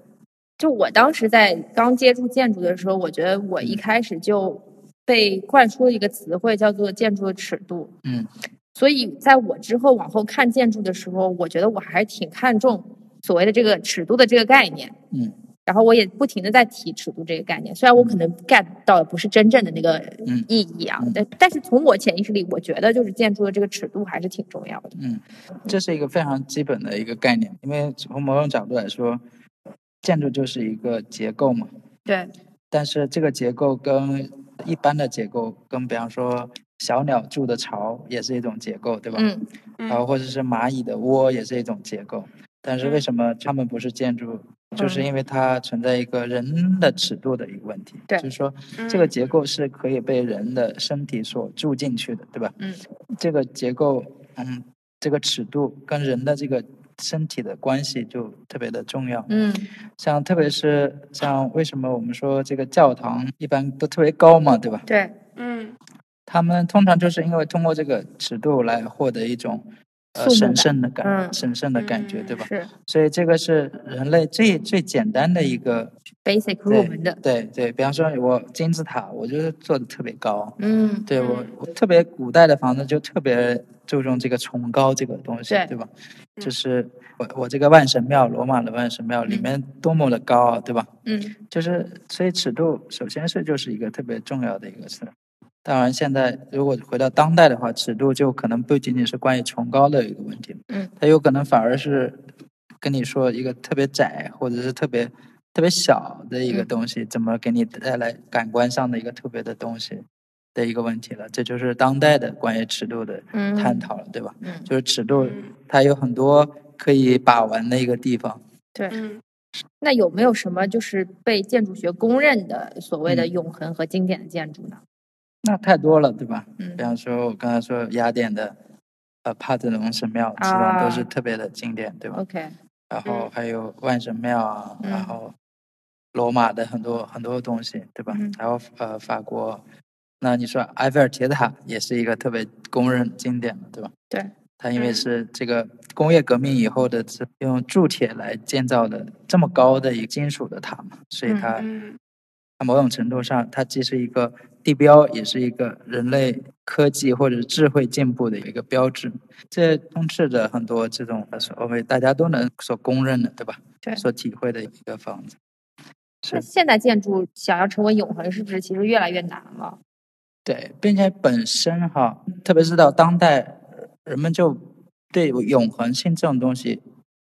[SPEAKER 2] 就我当时在刚接触建筑的时候，我觉得我
[SPEAKER 5] 嗯
[SPEAKER 2] 一开始就被灌输了一个词汇，叫做建筑的尺度。
[SPEAKER 5] 嗯，
[SPEAKER 2] 所以在我之后往后看建筑的时候，我觉得我还是挺看重所谓的这个尺度的这个概念。
[SPEAKER 5] 嗯，
[SPEAKER 2] 然后我也不停的在提尺度这个概念，虽然我可能 get 到的不是真正的那个
[SPEAKER 5] 嗯
[SPEAKER 2] 意义啊，
[SPEAKER 5] 嗯
[SPEAKER 2] 但但是从我潜意识里，我觉得就是建筑的这个尺度还是挺重要的。
[SPEAKER 5] 这是一个非常基本的一个概念，因为从某种角度来说，建筑就是一个结构嘛，
[SPEAKER 2] 对，
[SPEAKER 5] 但是这个结构跟一般的结构，跟比方说小鸟筑的巢也是一种结构，对吧？
[SPEAKER 2] 嗯
[SPEAKER 5] 然啊后或者是蚂蚁的窝也是一种结构。但是为
[SPEAKER 4] 嗯
[SPEAKER 5] 什么它们不是建筑？就是
[SPEAKER 2] 嗯
[SPEAKER 5] 因为它存在一个人的尺度的一个问题，
[SPEAKER 2] 对
[SPEAKER 5] 就是说
[SPEAKER 4] 嗯
[SPEAKER 5] 这个结构是可以被人的身体所住进去的，对吧？
[SPEAKER 2] 嗯，
[SPEAKER 5] 这个结构，嗯，这个尺度跟人的这个身体的关系就特别的重要。
[SPEAKER 2] 嗯
[SPEAKER 5] 像特别是像为什么我们说这个教堂一般都特别高嘛，对吧？
[SPEAKER 2] 对，
[SPEAKER 4] 嗯
[SPEAKER 5] 他们通常就是因为通过这个尺度来获得一种呃
[SPEAKER 2] 肃穆感
[SPEAKER 5] 神圣的感、
[SPEAKER 2] 嗯
[SPEAKER 5] 神圣的感觉，
[SPEAKER 4] 嗯
[SPEAKER 5] 对吧？
[SPEAKER 2] 是
[SPEAKER 5] 所以这个是人类最最简单的一个
[SPEAKER 2] basic
[SPEAKER 5] 对
[SPEAKER 2] 入门的，
[SPEAKER 5] 对对，比方说我金字塔，我就是做的特别高。
[SPEAKER 2] 嗯
[SPEAKER 5] 对我
[SPEAKER 4] 嗯，
[SPEAKER 5] 我特别古代的房子就特别注重这个崇高这个东西，
[SPEAKER 2] 对
[SPEAKER 5] 对吧？就是我我这个万神庙，罗马的万神庙里
[SPEAKER 2] 嗯
[SPEAKER 5] 面多么的高啊，对吧？
[SPEAKER 2] 嗯
[SPEAKER 5] 就是所以尺度首先是就是一个特别重要的一个词。当然，现在如果回到当代的话，尺度就可能不仅仅是关于崇高的一个问题，
[SPEAKER 2] 嗯，
[SPEAKER 5] 它有可能反而是跟你说一个特别窄或者是特别特别小的一个
[SPEAKER 2] 嗯
[SPEAKER 5] 东西，怎么给你带来感官上的一个特别的东西的一个问题了。这就是当代的关于尺度的
[SPEAKER 2] 嗯
[SPEAKER 5] 探讨了，对吧？
[SPEAKER 2] 嗯，
[SPEAKER 5] 就是尺度
[SPEAKER 4] 嗯
[SPEAKER 5] 它有很多可以把玩的一个地方。
[SPEAKER 4] 嗯
[SPEAKER 2] 那有没有什么就是被建筑学公认的所谓的
[SPEAKER 5] 嗯
[SPEAKER 2] 永恒和经典的建筑呢？
[SPEAKER 5] 那太多了，对吧？
[SPEAKER 2] 嗯
[SPEAKER 5] 比方说，我刚才说雅典的，呃，帕特农神庙，这种
[SPEAKER 2] 啊
[SPEAKER 5] 都是特别的经典，对吧？
[SPEAKER 2] ，OK，
[SPEAKER 5] 然后还有万神庙啊，
[SPEAKER 2] 嗯
[SPEAKER 5] 然后罗马的很多很多东西，对吧？
[SPEAKER 2] 嗯
[SPEAKER 5] 还有呃，法国，那你说埃菲尔铁塔也是一个特别公认经典的，对吧？
[SPEAKER 2] 对，
[SPEAKER 5] 它因为
[SPEAKER 4] 嗯
[SPEAKER 5] 是这个工业革命以后的，是用铸铁来建造的这么高的一个金属的塔嘛，所以
[SPEAKER 2] 嗯
[SPEAKER 5] 它
[SPEAKER 4] 嗯
[SPEAKER 5] 它某种程度上，它既是一个地标，也是一个人类科技或者智慧进步的一个标志。这充斥着很多这种呃所谓大家都能所公认的，对吧？
[SPEAKER 2] 对
[SPEAKER 5] 所体会的一个房子。
[SPEAKER 2] 那
[SPEAKER 5] 是
[SPEAKER 2] 现代建筑想要成为永恒，是不是其实越来越难了？
[SPEAKER 5] 对，并且本身哈，特别是到当代，人们就对永恒性这种东西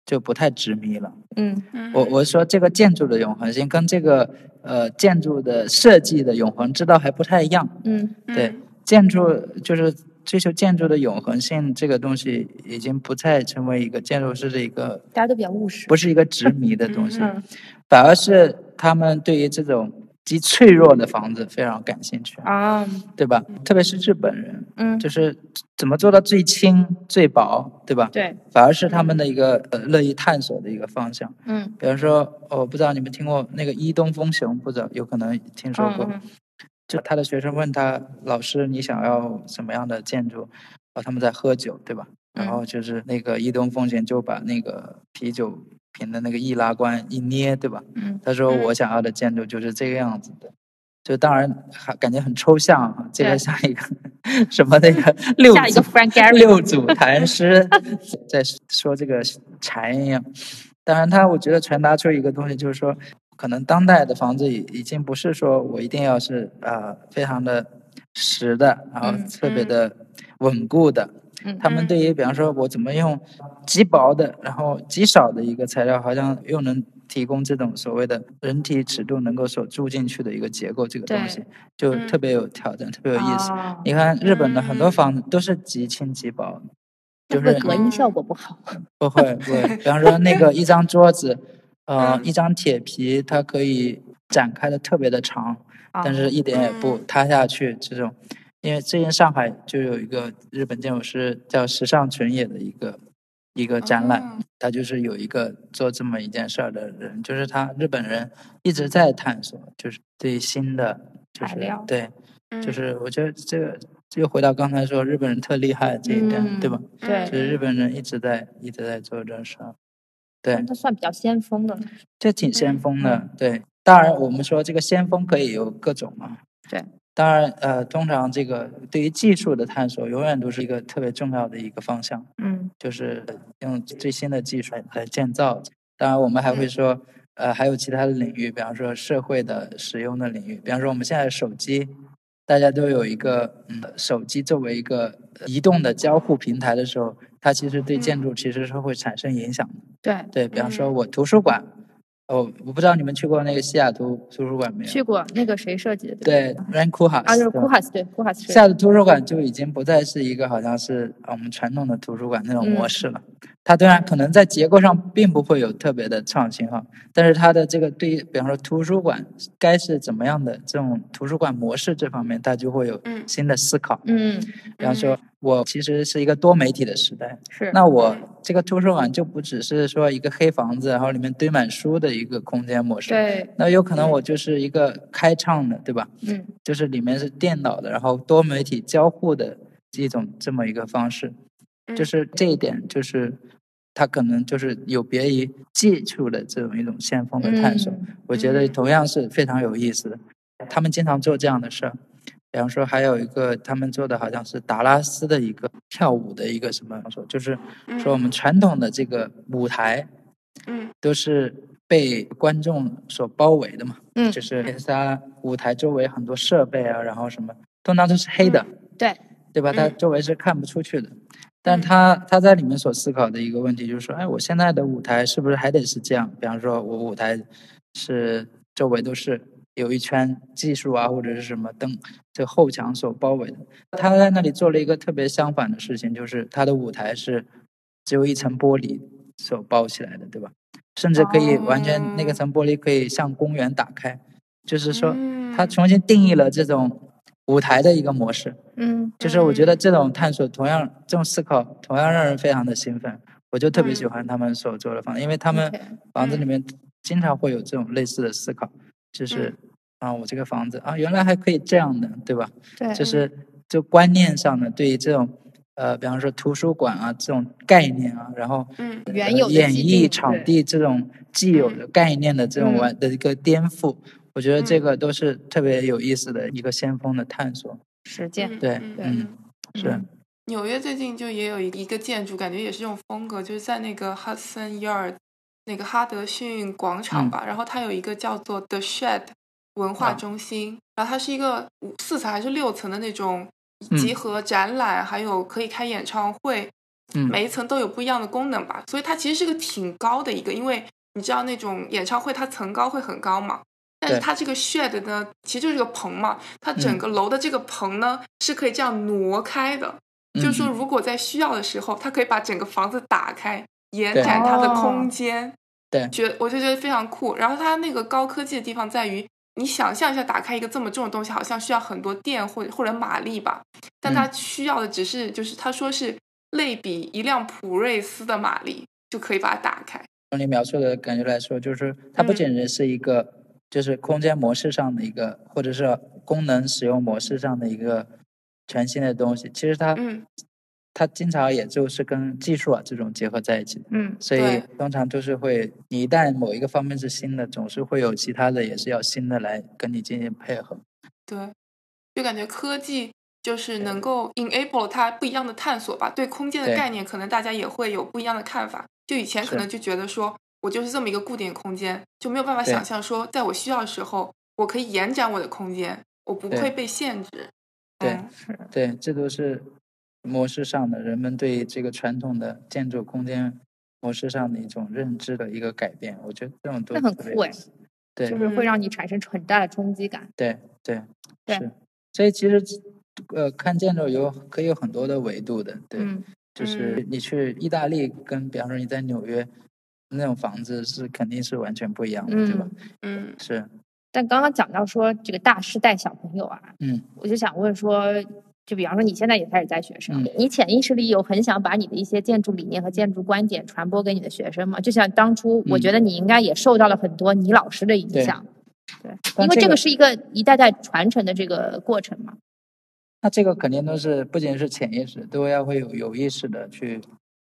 [SPEAKER 5] 就不太执迷了。
[SPEAKER 2] 嗯
[SPEAKER 4] 嗯，
[SPEAKER 5] 我我说这个建筑的永恒性跟这个呃建筑的设计的永恒之道还不太一样。
[SPEAKER 2] 嗯
[SPEAKER 5] 对，建筑就是追求建筑的永恒性，这个东西已经不再成为一个建筑师的一个，
[SPEAKER 2] 大家都比较务实。
[SPEAKER 5] 不是一个执迷的东西，
[SPEAKER 2] 嗯
[SPEAKER 5] 反而是他们对于这种极脆弱的房子非常感兴趣，
[SPEAKER 2] 啊，
[SPEAKER 5] 对吧？特别是日本人，
[SPEAKER 2] 嗯，
[SPEAKER 5] 就是怎么做到最轻最薄，对吧？
[SPEAKER 2] 对，
[SPEAKER 5] 反而是他们的一个呃乐意探索的一个方向。
[SPEAKER 2] 嗯
[SPEAKER 5] 比方说，哦我不知道你们听过那个伊东丰雄，不知道有可能听说
[SPEAKER 2] 嗯
[SPEAKER 5] 过。
[SPEAKER 2] 嗯
[SPEAKER 5] 就他的学生问他老师，你想要什么样的建筑？然后他们在喝酒，对吧？
[SPEAKER 2] 嗯
[SPEAKER 5] 然后就是那个伊东丰贤就把那个啤酒瓶的那个易拉罐一捏，对吧？
[SPEAKER 2] 嗯
[SPEAKER 5] 他说
[SPEAKER 4] 嗯
[SPEAKER 5] 我想要的建筑就是这个样子的。就当然还感觉很抽象啊，这
[SPEAKER 2] 对
[SPEAKER 5] 个像一个 *laughs* 什么那个
[SPEAKER 2] *laughs*
[SPEAKER 5] 六
[SPEAKER 2] 下一个
[SPEAKER 5] 组
[SPEAKER 2] Frank Gehry
[SPEAKER 5] 六祖禅师 *laughs* 在说这个禅一样。当然，他我觉得传达出一个东西，就是说，可能当代的房子已已经不是说我一定要是啊、呃非常的实的，然后
[SPEAKER 2] 嗯
[SPEAKER 5] 特别的稳固的。
[SPEAKER 2] 嗯
[SPEAKER 5] 他们对于比方说我怎么用极薄的，然后极少的一个材料，好像又能提供这种所谓的人体尺度能够所住进去的一个结构，这个东西就特别有挑战，特别有意思。
[SPEAKER 2] 嗯哦
[SPEAKER 5] 你看日本的很多
[SPEAKER 4] 嗯
[SPEAKER 5] 房子都是极轻极薄，
[SPEAKER 2] 会
[SPEAKER 5] 就
[SPEAKER 2] 不会
[SPEAKER 5] 是嗯
[SPEAKER 2] 隔
[SPEAKER 5] 你
[SPEAKER 2] 音效果不好？
[SPEAKER 4] *laughs*
[SPEAKER 5] 不会不会，比方说那个一张桌子，呃，
[SPEAKER 4] 嗯
[SPEAKER 5] 一张铁皮，它可以展开的特别的长，但
[SPEAKER 2] 啊
[SPEAKER 5] 是一点也不
[SPEAKER 4] 哦嗯
[SPEAKER 5] 塌下去。这种，因为最近上海就有一个日本建筑师叫时尚纯也的一个一个展览，
[SPEAKER 4] 哦
[SPEAKER 5] 他就是有一个做这么一件事儿的人，就是他日本人一直在探索，就是对新的就
[SPEAKER 2] 材
[SPEAKER 5] 是
[SPEAKER 2] 料
[SPEAKER 5] 对，
[SPEAKER 4] 嗯
[SPEAKER 5] 就是我觉得这个又回到刚才说日本人特厉害这一点，
[SPEAKER 4] 嗯
[SPEAKER 5] 对吧？
[SPEAKER 2] 对
[SPEAKER 5] 就是日本人一直在一直在做这事儿，
[SPEAKER 6] 嗯
[SPEAKER 5] 对，
[SPEAKER 2] 那算比较先锋的了。
[SPEAKER 5] 这挺先锋的，对。当然，我们说这个先锋可以有各种嘛，
[SPEAKER 2] 对。
[SPEAKER 5] 当然，呃，通常这个对于技术的探索，永远都是一个特别重要的一个方向，
[SPEAKER 2] 嗯，
[SPEAKER 5] 就是用最新的技术来建造。当然，我
[SPEAKER 2] 嗯
[SPEAKER 5] 们还会说，呃，还有其他的领域，比方说社会的使用的领域，比方说我们现在手机，大家都有一个嗯，手机作为一个呃移动的交互平台的时候，它其实对建
[SPEAKER 2] 嗯
[SPEAKER 5] 筑其实是会产生影响的。
[SPEAKER 2] 对，
[SPEAKER 5] 对，比方说
[SPEAKER 4] 嗯
[SPEAKER 5] 我图书馆，哦，我不知道你们去过那个西雅图图书馆没有？
[SPEAKER 2] 去过那个谁设计的？吧
[SPEAKER 5] 对 r a n k u h a
[SPEAKER 2] 啊，就是库哈斯，对库哈斯
[SPEAKER 5] 西雅图图书馆就已经不再是一个好像是啊我们传统的图书馆那种模
[SPEAKER 2] 嗯
[SPEAKER 5] 式了。它当然可能在结构上并不会有特别的创新哈，但是它的这个对于比方说图书馆该是怎么样的这种图书馆模式这方面，它就会有
[SPEAKER 4] 嗯
[SPEAKER 5] 新的思考。
[SPEAKER 2] 嗯，
[SPEAKER 5] 比方说，我其实是一个多媒体的时代，
[SPEAKER 2] 是嗯
[SPEAKER 5] 那我这个图书馆就不只是说一个黑房子，然后里面堆满书的一个空间模式。。
[SPEAKER 2] 对，
[SPEAKER 5] 那有可能我就是一个开唱的，对吧？
[SPEAKER 2] 嗯，
[SPEAKER 5] 就是里面是电脑的，然后多媒体交互的一种这么一个方式。
[SPEAKER 4] 嗯
[SPEAKER 5] 就是这一点，就是它可能就是有别于技术的这种一种先锋的探索。
[SPEAKER 2] 嗯
[SPEAKER 5] 我觉得
[SPEAKER 4] 嗯
[SPEAKER 5] 同样是非常有意思的。他们经常做这样的事儿，比方说还有一个他们做的好像是达拉斯的一个跳舞的一个什么说，就是说我们传统的这个舞台
[SPEAKER 4] 嗯
[SPEAKER 5] 都是被观众所包围的嘛，
[SPEAKER 2] 嗯
[SPEAKER 5] 就是它舞台周围很多设备啊，然后什么通常都是黑的，
[SPEAKER 2] 对，
[SPEAKER 5] 对吧？它
[SPEAKER 4] 嗯
[SPEAKER 5] 周围是看不出去的。但他他在里面所思考的一个问题就是说，哎，我现在的舞台是不是还得是这样？比方说，我舞台是周围都是有一圈技术啊，或者是什么灯这后墙所包围的。他在那里做了一个特别相反的事情，就是他的舞台是只有一层玻璃所包起来的，对吧？甚至可以完全、那个
[SPEAKER 4] 哦
[SPEAKER 5] 层玻璃可以向公园打开，就是说他
[SPEAKER 4] 嗯
[SPEAKER 5] 重新定义了这种舞台的一个模式。
[SPEAKER 2] 嗯
[SPEAKER 5] 就是我觉得这种探索，同样这种思考，同样让人非常的兴奋。我就特别喜
[SPEAKER 4] 嗯
[SPEAKER 5] 欢他们所做的房子，因为他们
[SPEAKER 2] OK 嗯
[SPEAKER 5] 房子里面经常会有这种类似的思考，就是
[SPEAKER 2] 嗯
[SPEAKER 5] 啊，我这个房子啊，原来还可以这样的，对吧？
[SPEAKER 2] 对，
[SPEAKER 5] 就是就观念上的对于这种呃，比方说图书馆啊这种概念啊，然后
[SPEAKER 4] 嗯
[SPEAKER 5] 呃
[SPEAKER 2] 原有的
[SPEAKER 5] 演
[SPEAKER 2] 既
[SPEAKER 5] 绎
[SPEAKER 2] 定
[SPEAKER 5] 场
[SPEAKER 2] 对
[SPEAKER 5] 地这种既有的概念的这种
[SPEAKER 2] 嗯
[SPEAKER 5] 完的一个颠覆，我觉得这
[SPEAKER 4] 嗯
[SPEAKER 5] 个都是特别有意思的一个先锋的探索。
[SPEAKER 2] 实践
[SPEAKER 4] 嗯
[SPEAKER 5] 对，
[SPEAKER 4] 嗯
[SPEAKER 5] 嗯，是。
[SPEAKER 4] 纽约最近就也有一个建筑，感觉也是这种风格，就是在那个 Hudson Yard 那个哈德逊广
[SPEAKER 5] 嗯
[SPEAKER 4] 场吧，然后它有一个叫做 The Shed 文化
[SPEAKER 5] 啊
[SPEAKER 4] 中心，然后它是一个五四层还是六层的那种
[SPEAKER 5] 嗯
[SPEAKER 4] 集合展览，还有可以开演唱会，
[SPEAKER 5] 嗯
[SPEAKER 4] 每一层都有不一样的功能吧，所以它其实是个挺高的一个，因为你知道那种演唱会它层高会很高嘛，但是
[SPEAKER 5] 对
[SPEAKER 4] 它这个 shed 呢，其实就是个棚嘛，它整
[SPEAKER 5] 嗯
[SPEAKER 4] 个楼的这个棚呢、是可以这样挪开的，就是说
[SPEAKER 5] 嗯
[SPEAKER 4] 如果在需要的时候，它可以把整个房子打开，延
[SPEAKER 5] 对
[SPEAKER 4] 展它的
[SPEAKER 2] 哦
[SPEAKER 4] 空间，
[SPEAKER 5] 对
[SPEAKER 4] 觉我就觉得非常酷。然后它那个高科技的地方在于，你想象一下，打开一个这么重的东西，好像需要很多电或者或者马力吧，但
[SPEAKER 5] 嗯
[SPEAKER 4] 它需要的只是就是他说是类比一辆普锐斯的马力就可以把它打开，
[SPEAKER 5] 从你描述的感觉来说，就是它不
[SPEAKER 4] 嗯
[SPEAKER 5] 仅仅是一个，就是空间模式上的一个，或者是功能使用模式上的一个全新的东西。其实它，
[SPEAKER 4] 嗯
[SPEAKER 5] 它经常也就是跟技术啊这种结合在一起的。
[SPEAKER 2] 嗯
[SPEAKER 5] 所以
[SPEAKER 4] 对
[SPEAKER 5] 通常都是会，你一旦某一个方面是新的，总是会有其他的也是要新的来跟你进行配合。
[SPEAKER 4] 对，就感觉科技就是能够 enable 它不一样的探索吧。对空间的
[SPEAKER 5] 对
[SPEAKER 4] 概念，可能大家也会有不一样的看法。就以前可
[SPEAKER 5] 是
[SPEAKER 4] 能就觉得说我就是这么一个固定空间，就没有办法
[SPEAKER 5] 对
[SPEAKER 4] 想象说，在我需要的时候，我可以延展我的空间，我不
[SPEAKER 5] 对
[SPEAKER 4] 会被限制。
[SPEAKER 5] 对
[SPEAKER 4] 嗯
[SPEAKER 2] 是
[SPEAKER 5] 对，这都是模式上的人们对这个传统的建筑空间模式上的一种认知的一个改变。我觉得这种都
[SPEAKER 6] 那很
[SPEAKER 5] 特别
[SPEAKER 6] 酷
[SPEAKER 5] 有
[SPEAKER 6] 哎
[SPEAKER 5] 意思对
[SPEAKER 6] 就是会让你产生很大的冲击感。
[SPEAKER 5] 对对
[SPEAKER 6] 对
[SPEAKER 5] 是，所以其实呃，看建筑有可以有很多的维度的，对，
[SPEAKER 6] 嗯，
[SPEAKER 5] 就是你去意大利跟比方说你在纽约那种房子是肯定是完全不一样的，对吧？
[SPEAKER 4] 嗯
[SPEAKER 5] 是，
[SPEAKER 6] 但刚刚讲到说这个大师带小朋友啊，
[SPEAKER 5] 嗯，
[SPEAKER 6] 我就想问说，就比方说你现在也开始带学生，
[SPEAKER 5] 嗯
[SPEAKER 6] 你潜意识里有很想把你的一些建筑理念和建筑观点传播给你的学生吗？就像当初，我
[SPEAKER 5] 嗯
[SPEAKER 6] 觉得你应该也受到了很多你老师的影
[SPEAKER 5] 对
[SPEAKER 6] 响，对，
[SPEAKER 5] 但
[SPEAKER 6] 因为
[SPEAKER 5] 这
[SPEAKER 6] 这
[SPEAKER 5] 个
[SPEAKER 6] 个是一个一代代传承的这个过程嘛。
[SPEAKER 5] 那这个肯定都是不仅是潜意识，都要会有有意识的去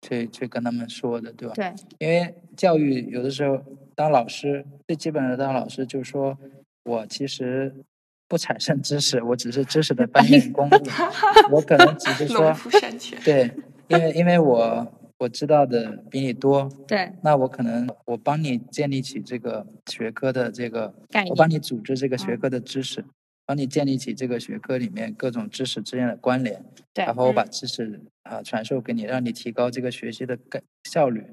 [SPEAKER 5] 去去跟他们说的，对吧？
[SPEAKER 6] 对，
[SPEAKER 5] 因为教育有的时候当老师最基本的当老师就是说我其实不产生知识，我只是知识的搬运工具，我可能只是说
[SPEAKER 4] 农夫山
[SPEAKER 5] *laughs*
[SPEAKER 4] 泉，
[SPEAKER 5] 对，因为因为我我知道的比你多，
[SPEAKER 6] 对，
[SPEAKER 5] 那我可能我帮你建立起这个学科的这个
[SPEAKER 6] 概念嗯
[SPEAKER 5] 我帮你组织这个学科的知识，帮你建立起这个学科里面各种知识之间的关联，
[SPEAKER 6] 对
[SPEAKER 5] 然后我把知识啊、传授给你，让你提高这个学习的概效率。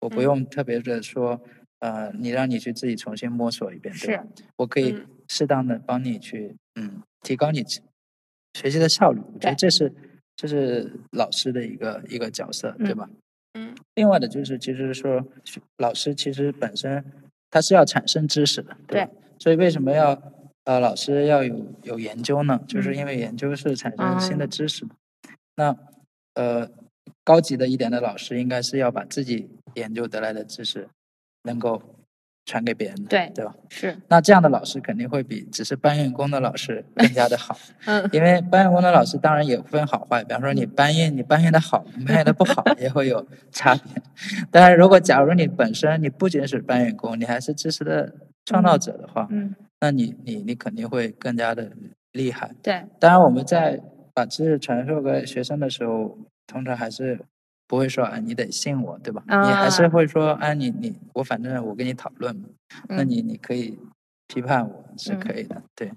[SPEAKER 5] 我
[SPEAKER 4] 嗯
[SPEAKER 5] 不用特别的说，呃，你让你去自己重新摸索一遍，对
[SPEAKER 6] 是
[SPEAKER 5] 吧？我可以
[SPEAKER 4] 嗯
[SPEAKER 5] 适当的帮你去，嗯，提高你学习的效率。我觉得
[SPEAKER 6] 对
[SPEAKER 5] 这是这是老师的一个一个角色，对
[SPEAKER 6] 嗯
[SPEAKER 5] 吧？
[SPEAKER 4] 嗯。
[SPEAKER 5] 另外的就是，其实说学老师其实本身他是要产生知识的，吧？所以为什么要呃老师要有有研究呢？就是
[SPEAKER 6] 嗯
[SPEAKER 5] 因为研究是产生新
[SPEAKER 6] 啊
[SPEAKER 5] 的知识的。那呃高级的一点的老师应该是要把自己研究得来的知识能够传给别人的，
[SPEAKER 6] 对
[SPEAKER 5] 对吧？
[SPEAKER 6] 是，
[SPEAKER 5] 那这样的老师肯定会比只是搬运工的老师更加的好， *laughs*
[SPEAKER 6] 嗯，
[SPEAKER 5] 因为搬运工的老师当然也分好坏，比方说你搬运你搬运的好，你搬运的不好也会有差别。但是如果假如你本身你不仅是搬运工，你还是知识的创造者的话，
[SPEAKER 6] 嗯，
[SPEAKER 5] 那你你你肯定会更加的厉害。
[SPEAKER 6] 对，
[SPEAKER 5] 当然，我们在把知识传授给学生的时候，通常还是不会说啊，你得信我，对吧？你还是
[SPEAKER 6] 啊
[SPEAKER 5] 会说啊，你你我反正我跟你讨论嘛，那
[SPEAKER 6] 嗯
[SPEAKER 5] 你你可以批判我是
[SPEAKER 6] 嗯
[SPEAKER 5] 可以的，对，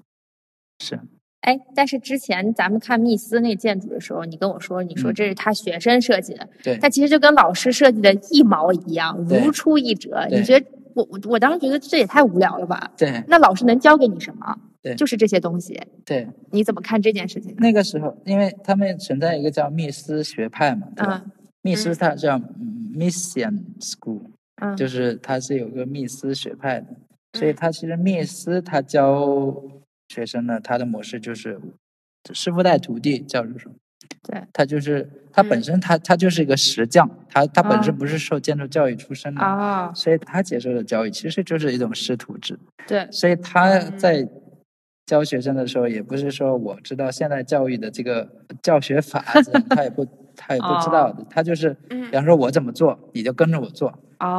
[SPEAKER 5] 是，
[SPEAKER 6] 哎，但是之前咱们看密斯那建筑的时候，你跟我说，你说
[SPEAKER 5] 嗯
[SPEAKER 6] 这是他学生设计的，
[SPEAKER 5] 对
[SPEAKER 6] 但其实就跟老师设计的一毛一样，
[SPEAKER 5] 对
[SPEAKER 6] 如出一辙。你
[SPEAKER 5] 对
[SPEAKER 6] 觉得我我我当时觉得这也太无聊了吧？
[SPEAKER 5] 对
[SPEAKER 6] 那老师能教给你什么？
[SPEAKER 5] 对
[SPEAKER 6] 就是这些东西。
[SPEAKER 5] 对。
[SPEAKER 6] 你怎么看这件事情呢？
[SPEAKER 5] 那个时候，因为他们存在一个叫密斯学派嘛，对
[SPEAKER 6] 啊
[SPEAKER 5] 吧？密斯
[SPEAKER 4] 嗯
[SPEAKER 5] 它叫嗯 Mission School，
[SPEAKER 6] 嗯，
[SPEAKER 5] 就是它是有个密斯学派的，所以
[SPEAKER 4] 嗯
[SPEAKER 5] 它其实密斯他教学生呢，他的模式就是师傅带徒弟教育术。
[SPEAKER 6] 对，嗯
[SPEAKER 5] 他就是他本身他他就是一个石匠，他他本身
[SPEAKER 6] 啊
[SPEAKER 5] 不是受建筑教育出身的，
[SPEAKER 6] 啊，
[SPEAKER 5] 所以他接受的教育其实就是一种师徒制。
[SPEAKER 6] 对，
[SPEAKER 5] 所以他在
[SPEAKER 6] 嗯
[SPEAKER 5] 教学生的时候，也不是说我知道现代教育的这个教学法子，他也不 *laughs* 他也不知道
[SPEAKER 6] 哦
[SPEAKER 5] 的，他就是，
[SPEAKER 6] 嗯
[SPEAKER 5] 比方说我怎么做，你就跟着我做，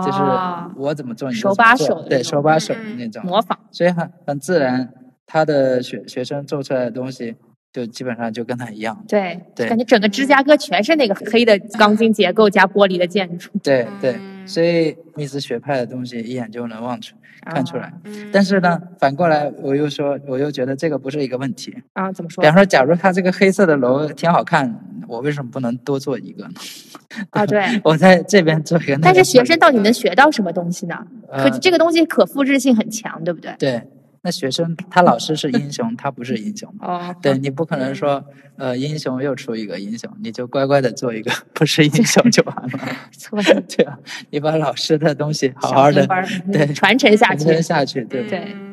[SPEAKER 5] 就是
[SPEAKER 6] 啊，
[SPEAKER 5] 我怎么做，你就
[SPEAKER 6] 手
[SPEAKER 5] 怎么
[SPEAKER 6] 把
[SPEAKER 5] 做
[SPEAKER 6] 手的那
[SPEAKER 5] 对，
[SPEAKER 6] 种
[SPEAKER 5] 手把手
[SPEAKER 4] 嗯嗯
[SPEAKER 5] 那种，
[SPEAKER 6] 模仿，
[SPEAKER 5] 所以很很自然，他的学学生做出来的东西就基本上就跟他一样，
[SPEAKER 6] 对，
[SPEAKER 5] 对
[SPEAKER 6] 感觉整个芝加哥全是那个黑的钢筋结构加玻璃的建筑，
[SPEAKER 5] 对对，
[SPEAKER 4] 嗯
[SPEAKER 5] 所以密斯学派的东西一眼就能望出
[SPEAKER 6] 啊
[SPEAKER 5] 看出来，
[SPEAKER 4] 嗯
[SPEAKER 5] 但是呢，反过来我又说，我又觉得这个不是一个问题，
[SPEAKER 6] 啊，啊怎么说
[SPEAKER 5] 比方说，假如它这个黑色的楼挺好看，我为什么不能多做一个呢？ *laughs*
[SPEAKER 6] 啊？对，
[SPEAKER 5] 我在这边做一个，那
[SPEAKER 6] 但是
[SPEAKER 5] 边做
[SPEAKER 6] 学
[SPEAKER 5] 一
[SPEAKER 6] 生
[SPEAKER 5] 个
[SPEAKER 6] 到底能学到什么东西呢？可
[SPEAKER 5] 呃
[SPEAKER 6] 这个东西可复制性很强，对不对？
[SPEAKER 5] 对，那学生他老师是英雄，他不是英雄。
[SPEAKER 6] 哦，
[SPEAKER 5] 对你不可能说，呃，英雄又出一个英雄，你就乖乖的做一个 *laughs* 不是英雄就完了。
[SPEAKER 6] *laughs*
[SPEAKER 5] *laughs*
[SPEAKER 6] 错了，
[SPEAKER 5] 对啊，你把老师的东西好好的
[SPEAKER 6] 小跟班儿
[SPEAKER 5] 对
[SPEAKER 6] *laughs* 传承下
[SPEAKER 5] 传
[SPEAKER 6] 去，
[SPEAKER 5] 承下去，对
[SPEAKER 4] 嗯
[SPEAKER 5] 吧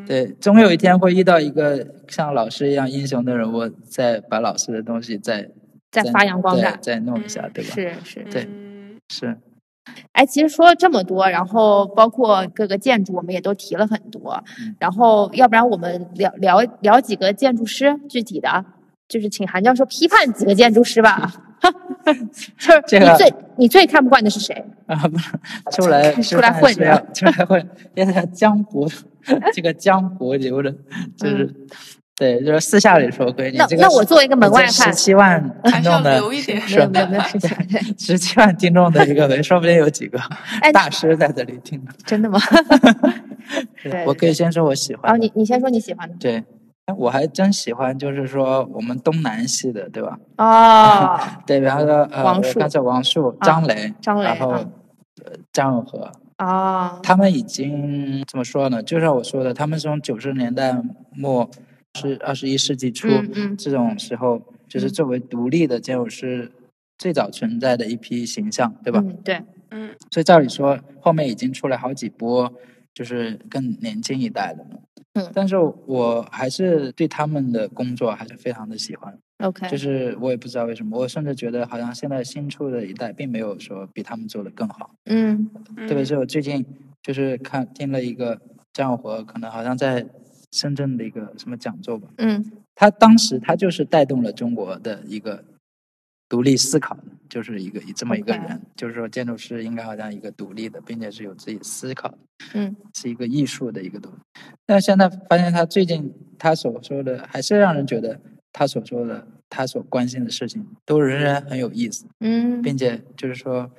[SPEAKER 6] 对
[SPEAKER 5] 对，总有一天会遇到一个像老师一样英雄的人物，再把老师的东西再
[SPEAKER 6] 再发扬光
[SPEAKER 5] 对
[SPEAKER 6] 大，
[SPEAKER 5] 再弄一下，对吧？
[SPEAKER 6] 是是。
[SPEAKER 5] 对
[SPEAKER 4] 嗯
[SPEAKER 5] 是。
[SPEAKER 6] 哎，其实说了这么多，然后包括各个建筑，我们也都提了很多。
[SPEAKER 5] 嗯
[SPEAKER 6] 然后，要不然我们聊聊聊几个建筑师具体的，就是请韩教授批判几个建筑师吧。 *laughs* 就是
[SPEAKER 5] 这
[SPEAKER 6] 你
[SPEAKER 5] 个
[SPEAKER 6] 最你最看不惯的是谁？
[SPEAKER 5] 啊，不， *laughs* 出来
[SPEAKER 6] *laughs* 出来混
[SPEAKER 5] 是要 *laughs* 出来混，要在江湖 *laughs* 这个江湖流着，就是、对，就是私下里说归你
[SPEAKER 6] 嗯那
[SPEAKER 5] 这个。
[SPEAKER 6] 那我作为一个门外汉
[SPEAKER 5] 十，七万
[SPEAKER 4] 还
[SPEAKER 5] 听
[SPEAKER 4] 是要
[SPEAKER 5] 众的
[SPEAKER 4] 留一点，
[SPEAKER 6] 没有没有没有
[SPEAKER 5] *laughs*
[SPEAKER 6] 事情。哎对
[SPEAKER 5] 十七万听众的一个人，说不定有几个
[SPEAKER 6] 哎，
[SPEAKER 5] 大师在这里听着。 *laughs*
[SPEAKER 6] 真的吗？对哦
[SPEAKER 5] 我可以先说我喜
[SPEAKER 6] 然
[SPEAKER 5] 欢
[SPEAKER 6] 后
[SPEAKER 5] 的， *laughs*
[SPEAKER 6] 你你先说你喜欢的，
[SPEAKER 5] 对，哎我还真喜欢，就是说我们东南系的，对吧？
[SPEAKER 6] 哦，
[SPEAKER 5] 对，比方说呃，
[SPEAKER 6] 王
[SPEAKER 5] 我
[SPEAKER 6] 朔
[SPEAKER 5] 刚才王朔、
[SPEAKER 6] 啊
[SPEAKER 5] 张雷，
[SPEAKER 6] 张
[SPEAKER 5] 然
[SPEAKER 6] 雷
[SPEAKER 5] 后、
[SPEAKER 6] 啊
[SPEAKER 5] 呃张永和，
[SPEAKER 6] 哦，
[SPEAKER 5] 他们已经怎么说呢？就像我说的，他们从九十年代末是二十一世纪初、
[SPEAKER 6] 嗯嗯
[SPEAKER 5] 这种时候，就是作为独立的建筑师最早存在的一批形象，对吧？
[SPEAKER 6] 嗯，对，
[SPEAKER 4] 嗯
[SPEAKER 5] 所以照理说，后面已经出来好几波，就是更年轻一代的了。
[SPEAKER 6] 嗯
[SPEAKER 5] 但是我还是对他们的工作还是非常的喜欢，
[SPEAKER 6] OK，
[SPEAKER 5] 就是我也不知道为什么，我甚至觉得好像现在新出的一代并没有说比他们做的更好。
[SPEAKER 6] 嗯
[SPEAKER 4] 嗯，
[SPEAKER 5] 特别是我最近就是看听了一个张友和，可能好像在深圳的一个什么讲座吧，
[SPEAKER 6] 嗯
[SPEAKER 5] 他当时他就是带动了中国的一个独立思考的，就是一个这么一个
[SPEAKER 6] OK
[SPEAKER 5] 人就是说建筑师应该好像一个独立的，并且是有自己思考的，
[SPEAKER 6] 嗯，
[SPEAKER 5] 是一个艺术的一个东西。但现在发现他最近他所说的，还是让人觉得他所说的他所关心的事情都仍然很有意思。
[SPEAKER 6] 嗯
[SPEAKER 5] 并且就是说，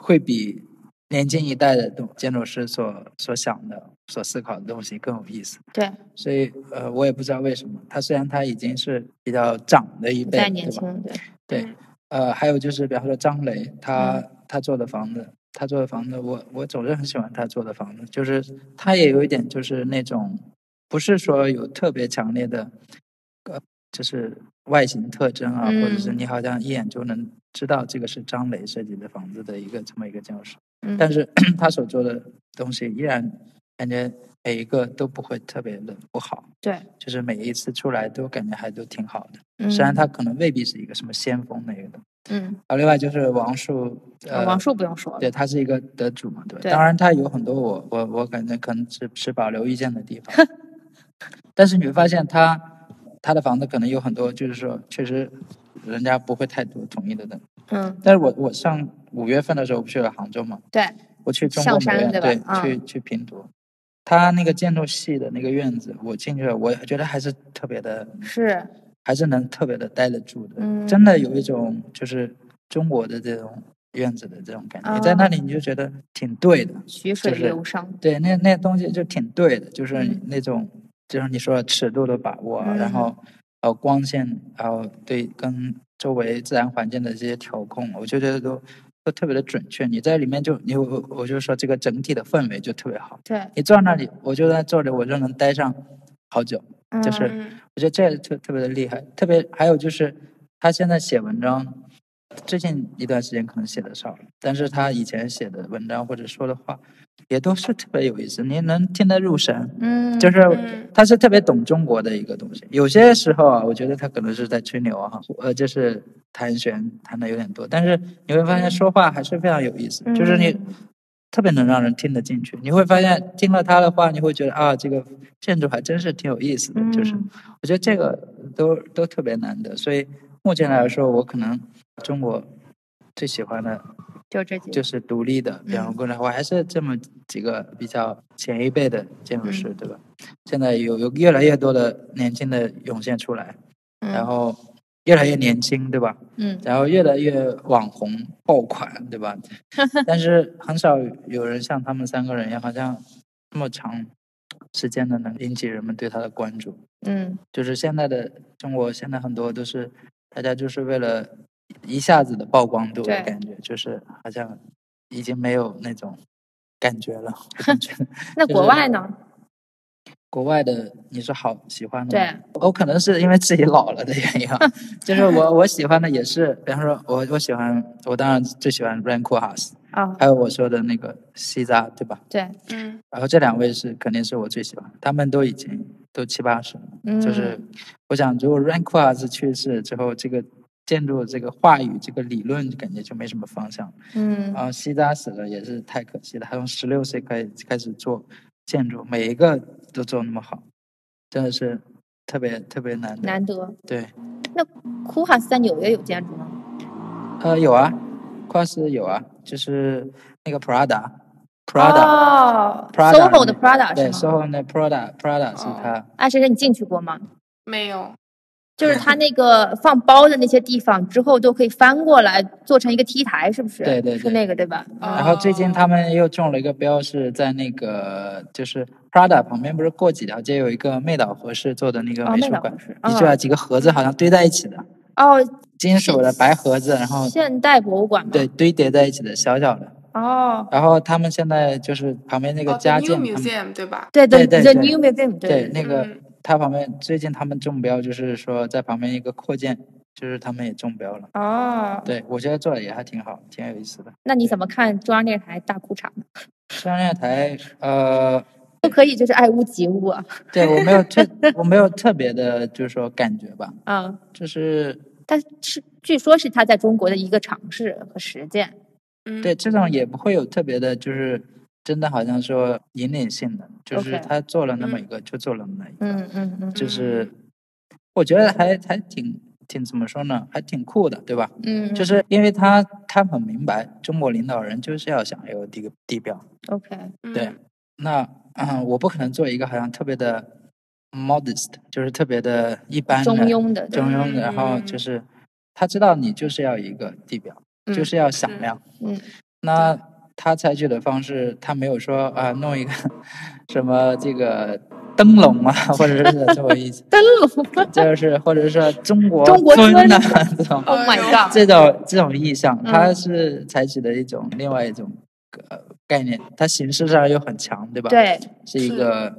[SPEAKER 5] 会比年轻一代的东建筑师所所想的、所思考的东西更有意思。
[SPEAKER 6] 对，
[SPEAKER 5] 所以呃，我也不知道为什么，他虽然他已经是比较长的一
[SPEAKER 6] 不
[SPEAKER 5] 辈
[SPEAKER 6] 再
[SPEAKER 5] 了，
[SPEAKER 6] 年
[SPEAKER 5] 对吧？
[SPEAKER 6] 轻，对，
[SPEAKER 5] 对
[SPEAKER 4] 嗯，
[SPEAKER 5] 呃，还有就是，比方说张雷，他、
[SPEAKER 6] 嗯
[SPEAKER 5] 他做的房子，他做的房子，我我总是很喜欢他做的房子，就是他也有一点就是那种，不是说有特别强烈的，呃，就是外形特征啊，或者是
[SPEAKER 6] 嗯
[SPEAKER 5] 你好像一眼就能知道这个是张雷设计的房子的一个这么一个建筑师，
[SPEAKER 6] 嗯
[SPEAKER 5] 但是 *clears throat* 他所做的东西依然感觉每一个都不会特别的不好，
[SPEAKER 6] 对，
[SPEAKER 5] 就是每一次出来都感觉还都挺好的。
[SPEAKER 6] 嗯
[SPEAKER 5] 虽然他可能未必是一个什么先锋那个的。
[SPEAKER 6] 嗯，
[SPEAKER 5] 啊，另外就是王树，呃，
[SPEAKER 6] 啊王朔不用说了，
[SPEAKER 5] 对，他是一个得主嘛，对吧？
[SPEAKER 6] 对
[SPEAKER 5] 当然，他有很多我我我感觉可能是持保留意见的地方， *laughs* 但是你会发现他他的房子可能有很多，就是说确实人家不会太多同意的的。
[SPEAKER 6] 嗯，
[SPEAKER 5] 但是我我上五月份的时候不去了杭州嘛，
[SPEAKER 6] 对，
[SPEAKER 5] 我去中
[SPEAKER 6] 象
[SPEAKER 5] 国美
[SPEAKER 6] 山
[SPEAKER 5] 院
[SPEAKER 6] 对吧
[SPEAKER 5] 对
[SPEAKER 6] 嗯
[SPEAKER 5] 去去评读。他那个建筑系的那个院子，我进去了，我觉得还是特别的
[SPEAKER 6] 是，
[SPEAKER 5] 还是能特别的待得住的。
[SPEAKER 6] 嗯
[SPEAKER 5] 真的有一种就是中国的这种院子的这种感觉，你在
[SPEAKER 6] 哦
[SPEAKER 5] 那里你就觉得挺对的。
[SPEAKER 6] 曲水
[SPEAKER 5] 就是
[SPEAKER 6] 流觞，
[SPEAKER 5] 对，那那东西就挺对的，就是
[SPEAKER 6] 嗯
[SPEAKER 5] 那种、就是你说的尺度的把握，啊
[SPEAKER 6] 嗯
[SPEAKER 5] 然后呃光线，然后对跟周围自然环境的这些调控，我就觉得都。都特别的准确，你在里面就你我我我就说这个整体的氛围就特别好。
[SPEAKER 6] 对，
[SPEAKER 5] 你坐在那里，我就在这里，我就能待上好久。就是
[SPEAKER 4] 嗯
[SPEAKER 5] 我觉得这特特别的厉害，特别还有就是他现在写文章，最近一段时间可能写的少了，但是他以前写的文章或者说的话，也都是特别有意思，你能听得入神，
[SPEAKER 6] 嗯，
[SPEAKER 5] 就是
[SPEAKER 4] 嗯
[SPEAKER 5] 他是特别懂中国的一个东西。有些时候啊，我觉得他可能是在吹牛啊，呃，就是谈玄谈的有点多，但是你会发现说话还是非常有意思，就是你
[SPEAKER 6] 嗯
[SPEAKER 5] 特别能让人听得进去。你会发现听了他的话，你会觉得啊，这个建筑还真是挺有意思的，就是
[SPEAKER 6] 嗯
[SPEAKER 5] 我觉得这个都都特别难得。所以目前来说，我可能中国最喜欢的
[SPEAKER 6] 就这几
[SPEAKER 5] 就
[SPEAKER 6] 个，
[SPEAKER 5] 是独立的，
[SPEAKER 6] 嗯
[SPEAKER 5] 比方过来，我还是这么几个比较前一辈的建筑
[SPEAKER 6] 嗯
[SPEAKER 5] 师，对吧？现在有有越来越多的年轻的涌现出来，然
[SPEAKER 6] 嗯
[SPEAKER 5] 后越来越年轻，对吧？
[SPEAKER 6] 嗯
[SPEAKER 5] 然后越来越网红爆款，对吧？但是很少有人像他们三个人一样，好像那么长时间的能引起人们对他的关注。
[SPEAKER 6] 嗯，
[SPEAKER 5] 就是现在的中国，现在很多都是大家就是为了一下子的曝光度，我
[SPEAKER 6] 对
[SPEAKER 5] 感觉就是好像已经没有那种感觉了。我感觉
[SPEAKER 6] 那
[SPEAKER 5] 就是
[SPEAKER 6] 国外呢？
[SPEAKER 5] 国外的你是好喜欢的吗，
[SPEAKER 6] 对，
[SPEAKER 5] 我可能是因为自己老了的原
[SPEAKER 6] *laughs*
[SPEAKER 5] 因啊，就是我我喜欢的也是，比方说我我喜欢，我当然最喜欢 Ran Koolhaas，
[SPEAKER 6] 啊，
[SPEAKER 5] 还有我说的那个西扎，对吧？
[SPEAKER 6] 对，
[SPEAKER 4] 嗯
[SPEAKER 5] 然后这两位是肯定是我最喜欢的，他们都已经都七八十了，
[SPEAKER 6] 嗯
[SPEAKER 5] 就是我想如果 Rankoas 去世之后，这个建筑这个话语这个理论感觉就没什么方向。
[SPEAKER 6] 嗯
[SPEAKER 5] 然后啊西扎死了也是太可惜了，他从十六岁开始开始做建筑，每一个都做那么好，真的是特别特别难得。
[SPEAKER 6] 难得，
[SPEAKER 5] 对，
[SPEAKER 6] 库哈斯在纽约有建筑吗？
[SPEAKER 5] 呃，有啊，跨斯有啊，就是那个 Prada。Prada，、
[SPEAKER 6] 哦
[SPEAKER 5] Prada
[SPEAKER 6] ，SOHO 的
[SPEAKER 5] 那
[SPEAKER 6] Prada
[SPEAKER 5] 对
[SPEAKER 6] 是吗？哦
[SPEAKER 5] ，SOHO
[SPEAKER 6] 哎
[SPEAKER 5] 那 Prada，Prada 是
[SPEAKER 4] 哦
[SPEAKER 5] 他
[SPEAKER 6] 啊，谁谁你进去过吗？
[SPEAKER 4] 没有，
[SPEAKER 6] 就是它那个放包的那些地方之后都可以翻过来做成一个 T 台，是不是？
[SPEAKER 5] 对对对
[SPEAKER 6] 是那个对吧？
[SPEAKER 5] 然后最
[SPEAKER 6] 哦
[SPEAKER 5] 近他们又中了一个标，是在那个就是 Prada 旁边，不是过几条街有一个妹岛和世做的那个
[SPEAKER 6] 哦
[SPEAKER 5] 美
[SPEAKER 6] 妹
[SPEAKER 5] 术
[SPEAKER 6] 岛
[SPEAKER 5] 馆
[SPEAKER 6] 和世，
[SPEAKER 5] 你
[SPEAKER 6] 嗯
[SPEAKER 5] 知道几个盒子好像堆在一起的，
[SPEAKER 6] 哦，
[SPEAKER 5] 金属的白盒子，然后
[SPEAKER 6] 现代博物馆嘛。
[SPEAKER 5] 对堆叠在一起的小小的。
[SPEAKER 6] 哦，
[SPEAKER 5] 然后他们现在就是旁边那个
[SPEAKER 4] 哦
[SPEAKER 5] 家
[SPEAKER 4] ，The
[SPEAKER 5] 建，
[SPEAKER 4] New
[SPEAKER 5] 他们
[SPEAKER 4] Museum 对吧？
[SPEAKER 6] 对
[SPEAKER 5] 对对
[SPEAKER 6] The The
[SPEAKER 5] 对
[SPEAKER 6] New Museum，
[SPEAKER 5] 对，那个
[SPEAKER 4] 嗯
[SPEAKER 5] 他旁边最近他们中标，就是说在旁边一个扩建，就是他们也中标了。
[SPEAKER 6] 哦，
[SPEAKER 5] 对，我觉得做的也还挺好，挺有意思的。
[SPEAKER 6] 那你怎么看中央电视台大裤衩呢？
[SPEAKER 5] 中央电视台，呃，
[SPEAKER 6] 不可以就是爱屋及乌啊，
[SPEAKER 5] 对我没有
[SPEAKER 4] *laughs*
[SPEAKER 5] 特，我没有特别的，就是说感觉吧，
[SPEAKER 6] 嗯，
[SPEAKER 5] 就是
[SPEAKER 6] 但是据说是他在中国的一个尝试和实践。
[SPEAKER 4] 嗯，
[SPEAKER 5] 对这种也不会有特别的，就是真的好像说引领性的，就是
[SPEAKER 6] OK
[SPEAKER 5] 他做了
[SPEAKER 4] 嗯
[SPEAKER 5] 那么一个，就做了那么一个，
[SPEAKER 6] 嗯嗯嗯
[SPEAKER 5] 就是我觉得还还挺挺怎么说呢，还挺酷的，对吧？
[SPEAKER 6] 嗯，
[SPEAKER 5] 就是因为他他很明白，中国领导人就是要想有地地标。
[SPEAKER 6] OK，
[SPEAKER 4] 嗯
[SPEAKER 5] 对，那嗯，我不可能做一个好像特别的 modest，就是特别的一般的
[SPEAKER 6] 中庸的，对
[SPEAKER 5] 中庸的，然后
[SPEAKER 4] 嗯
[SPEAKER 5] 就是他知道你就是要一个地标，就
[SPEAKER 6] 嗯
[SPEAKER 5] 是要响亮。
[SPEAKER 6] 嗯，，
[SPEAKER 5] 那他采取的方式，他没有说啊、弄一个 *laughs* 什么这个灯笼啊，或者是这么意思
[SPEAKER 6] 灯笼。
[SPEAKER 5] *laughs* 就是或者是中国
[SPEAKER 6] 中国
[SPEAKER 5] 尊
[SPEAKER 6] 尊
[SPEAKER 5] 呐、这
[SPEAKER 6] *laughs*
[SPEAKER 5] 种
[SPEAKER 6] Oh my
[SPEAKER 4] 哎呦
[SPEAKER 6] god！
[SPEAKER 5] 这种这种意象，
[SPEAKER 6] 嗯
[SPEAKER 5] 它是采取的一种另外一种呃概念，它形式上又很强，对吧？，
[SPEAKER 6] 对，
[SPEAKER 5] 是一
[SPEAKER 4] 是
[SPEAKER 5] 个，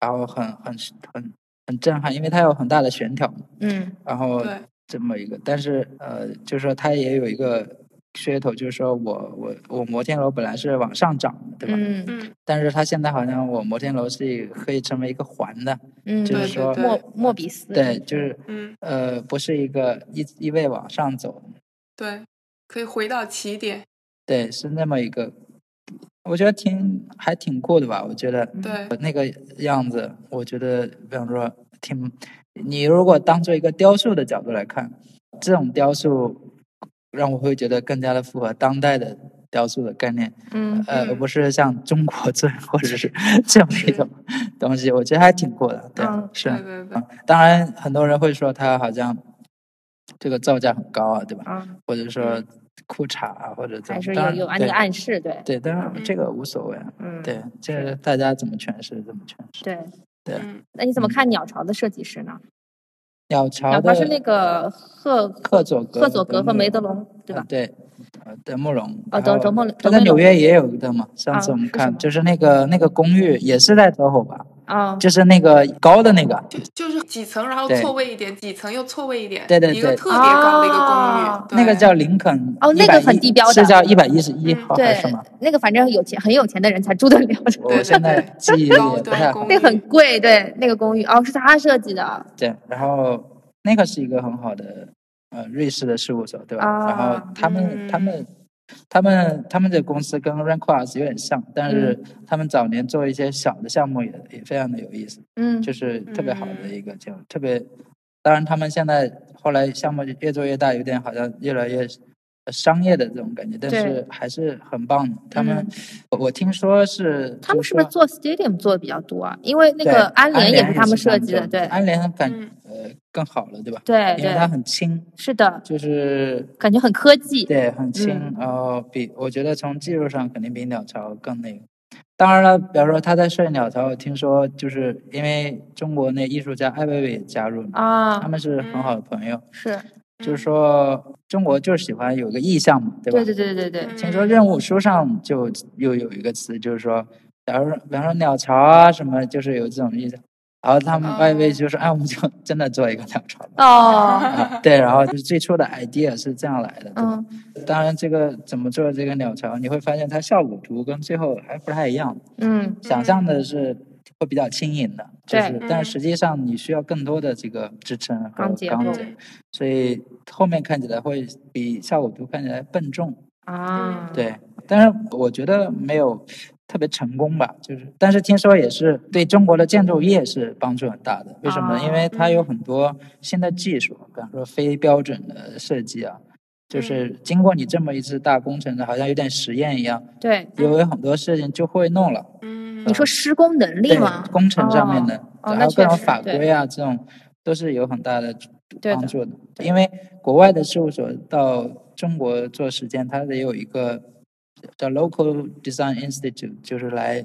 [SPEAKER 5] 然后很很很很震撼，因为它有很大的悬挑嘛，
[SPEAKER 6] 嗯
[SPEAKER 5] 然后
[SPEAKER 4] 对
[SPEAKER 5] 这么一个，但是呃，就是说它也有一个噱头，就是说我我我摩天楼本来是往上涨的，对吧？
[SPEAKER 6] 嗯
[SPEAKER 4] 嗯
[SPEAKER 5] 但是它现在好像我摩天楼是一个可以成为一个环的，
[SPEAKER 6] 嗯，
[SPEAKER 5] 就是
[SPEAKER 4] 对
[SPEAKER 5] 说
[SPEAKER 4] 对
[SPEAKER 6] 莫莫比斯，
[SPEAKER 5] 对，就是
[SPEAKER 4] 嗯，
[SPEAKER 5] 呃，不是一个一一味往上走，
[SPEAKER 4] 对，可以回到起点，
[SPEAKER 5] 对，是那么一个，我觉得挺还挺酷的吧，我觉得。呃
[SPEAKER 4] 对，
[SPEAKER 5] 那个样子，我觉得，比方说，挺，你如果当做一个雕塑的角度来看，这种雕塑让我会觉得更加的符合当代的雕塑的概念，
[SPEAKER 6] 嗯
[SPEAKER 5] 呃，
[SPEAKER 4] 嗯
[SPEAKER 5] 而不是像中国 *laughs* 尊或者是这么一种东西，我觉得还挺酷的，对，
[SPEAKER 6] 嗯
[SPEAKER 5] 是
[SPEAKER 4] 对，对对，
[SPEAKER 5] 啊当然很多人会说它好像这个造价很高啊，对吧？
[SPEAKER 6] 啊，
[SPEAKER 5] 或者说裤衩啊，或者怎
[SPEAKER 6] 还
[SPEAKER 5] 么，
[SPEAKER 6] 是
[SPEAKER 5] 当
[SPEAKER 6] 有
[SPEAKER 5] 然
[SPEAKER 6] 有安利
[SPEAKER 5] 对
[SPEAKER 6] 暗示，对，
[SPEAKER 5] 对，当然
[SPEAKER 4] 嗯
[SPEAKER 5] 这个无所谓啊，
[SPEAKER 6] 嗯
[SPEAKER 5] 对，这个大家怎么诠释怎么诠释。
[SPEAKER 6] 对。
[SPEAKER 5] 对
[SPEAKER 4] 嗯
[SPEAKER 6] 那你怎么看鸟巢的设计师呢？
[SPEAKER 5] 鸟巢
[SPEAKER 6] 鸟巢
[SPEAKER 5] 的
[SPEAKER 6] 是那个赫
[SPEAKER 5] 赫佐格
[SPEAKER 6] 赫佐格和梅德
[SPEAKER 5] 德
[SPEAKER 6] 隆，对吧？
[SPEAKER 5] 对，呃，德慕容。然
[SPEAKER 6] 哦
[SPEAKER 5] 后
[SPEAKER 6] 德德慕容
[SPEAKER 5] 他
[SPEAKER 6] 德
[SPEAKER 5] 在
[SPEAKER 6] 慕容
[SPEAKER 5] 纽约也有一个嘛，上
[SPEAKER 6] 啊
[SPEAKER 5] 次我们
[SPEAKER 6] 是什
[SPEAKER 5] 看
[SPEAKER 6] 么
[SPEAKER 5] 就是那个那个公寓也是在 SOHO 吧，
[SPEAKER 6] 啊，
[SPEAKER 5] 就是那个高的那个，
[SPEAKER 4] 就是几层，然后
[SPEAKER 5] 对
[SPEAKER 4] 错位一点，几层又错位一点，
[SPEAKER 5] 对对
[SPEAKER 4] 一个
[SPEAKER 5] 对
[SPEAKER 4] 特别高的一个
[SPEAKER 6] 啊
[SPEAKER 4] 公寓，
[SPEAKER 5] 那个
[SPEAKER 4] 对
[SPEAKER 5] 叫林肯
[SPEAKER 6] 哦那个很
[SPEAKER 5] 110
[SPEAKER 6] 地标的
[SPEAKER 5] 是叫一百一十一
[SPEAKER 4] 嗯
[SPEAKER 5] 号还
[SPEAKER 6] 对
[SPEAKER 5] 是什么？，
[SPEAKER 6] 那个反正有钱很有钱的人才住得了，
[SPEAKER 4] 对
[SPEAKER 5] 我
[SPEAKER 4] 对
[SPEAKER 5] 现在
[SPEAKER 4] 对
[SPEAKER 5] 记忆力也
[SPEAKER 4] 高
[SPEAKER 5] 不太
[SPEAKER 4] 端公寓。
[SPEAKER 5] 好
[SPEAKER 6] 那个很贵，对，那个公寓哦是他设计的，
[SPEAKER 5] 对，然后那个是一个很好的呃瑞士的事务所，对吧？
[SPEAKER 6] 啊
[SPEAKER 5] 然后他们、
[SPEAKER 4] 嗯
[SPEAKER 5] 他们他们他们的公司跟 Rankwas 有点像，但是
[SPEAKER 6] 嗯
[SPEAKER 5] 他们早年做一些小的项目也也非常的有意思，
[SPEAKER 6] 嗯
[SPEAKER 5] 就是特别好的一个就特别。当然，他们现在后来项目越做越大，有点好像越来越商业的这种感觉，但是
[SPEAKER 6] 对
[SPEAKER 5] 还是很棒的。他们
[SPEAKER 6] 嗯，
[SPEAKER 5] 我我听说是
[SPEAKER 6] 他们
[SPEAKER 5] 就是
[SPEAKER 6] 不是
[SPEAKER 5] 说
[SPEAKER 6] 做 stadium 做的比较多啊？因为那
[SPEAKER 5] 对
[SPEAKER 6] 个安
[SPEAKER 5] 联
[SPEAKER 6] 联也是
[SPEAKER 5] 是
[SPEAKER 6] 他们设计的，
[SPEAKER 5] 做
[SPEAKER 6] 对
[SPEAKER 5] 安联感
[SPEAKER 4] 嗯
[SPEAKER 5] 呃更好了，对吧？
[SPEAKER 6] 对
[SPEAKER 5] 因为它
[SPEAKER 6] 对，
[SPEAKER 5] 很轻，
[SPEAKER 6] 是的，
[SPEAKER 5] 就是
[SPEAKER 6] 感觉很科技，
[SPEAKER 5] 对很轻，
[SPEAKER 6] 嗯
[SPEAKER 5] 然后比我觉得从技术上肯定比鸟巢更那个。当然了，比方说他在设计鸟巢，我听说就是因为中国那艺术家艾薇薇也加入了，他
[SPEAKER 6] 啊，
[SPEAKER 5] 们是很好的朋友。
[SPEAKER 6] 是
[SPEAKER 5] 就是说中国就是喜欢有个意向嘛，对吧？
[SPEAKER 6] 对对嗯对对对，
[SPEAKER 5] 听说任务书上就又有一个词，就是说，假如比方说鸟巢啊什么，就是有这种意思。然后他们
[SPEAKER 4] 哦
[SPEAKER 5] 外围就说，哎，我们就真的做一个鸟巢吧。
[SPEAKER 6] 哦，
[SPEAKER 5] 啊， *laughs* 对，然后就是最初的 idea 是这样来的。对吧
[SPEAKER 6] 嗯
[SPEAKER 5] 当然，这个怎么做这个鸟巢，你会发现它效果图跟最后还不太一样，
[SPEAKER 6] 嗯
[SPEAKER 5] 想象的是会比较轻盈的，就
[SPEAKER 6] 对
[SPEAKER 5] 是
[SPEAKER 4] 嗯，
[SPEAKER 5] 但实际上你需要更多的这个支撑和
[SPEAKER 6] 钢
[SPEAKER 5] 钢
[SPEAKER 6] 结
[SPEAKER 5] 结
[SPEAKER 6] 构，
[SPEAKER 4] 嗯
[SPEAKER 5] 所以后面看起来会比效果图看起来笨重。
[SPEAKER 6] 啊，
[SPEAKER 5] 对，但是我觉得没有特别成功吧，就是，但是听说也是对中国的建筑业是帮助很大的。为什么？
[SPEAKER 6] 啊
[SPEAKER 5] 因为它有很多新的技术，比方说非标准的设计啊，就是经过你这么一次大工程的，好像有点实验一样，
[SPEAKER 6] 对，
[SPEAKER 5] 因为很多事情就会弄了。
[SPEAKER 4] 嗯，
[SPEAKER 6] 你说施工能力
[SPEAKER 5] 对
[SPEAKER 6] 吗？
[SPEAKER 5] 工程上面的，
[SPEAKER 6] 哦哦
[SPEAKER 5] 然
[SPEAKER 6] 那
[SPEAKER 5] 后各
[SPEAKER 6] 确
[SPEAKER 5] 种
[SPEAKER 6] 实
[SPEAKER 5] 法
[SPEAKER 6] 对
[SPEAKER 5] 规啊，这种都是有很大的
[SPEAKER 6] 对的
[SPEAKER 5] 帮助的。因为国外的事务所到中国做实践，它得有一个叫 Local Design Institute，就是来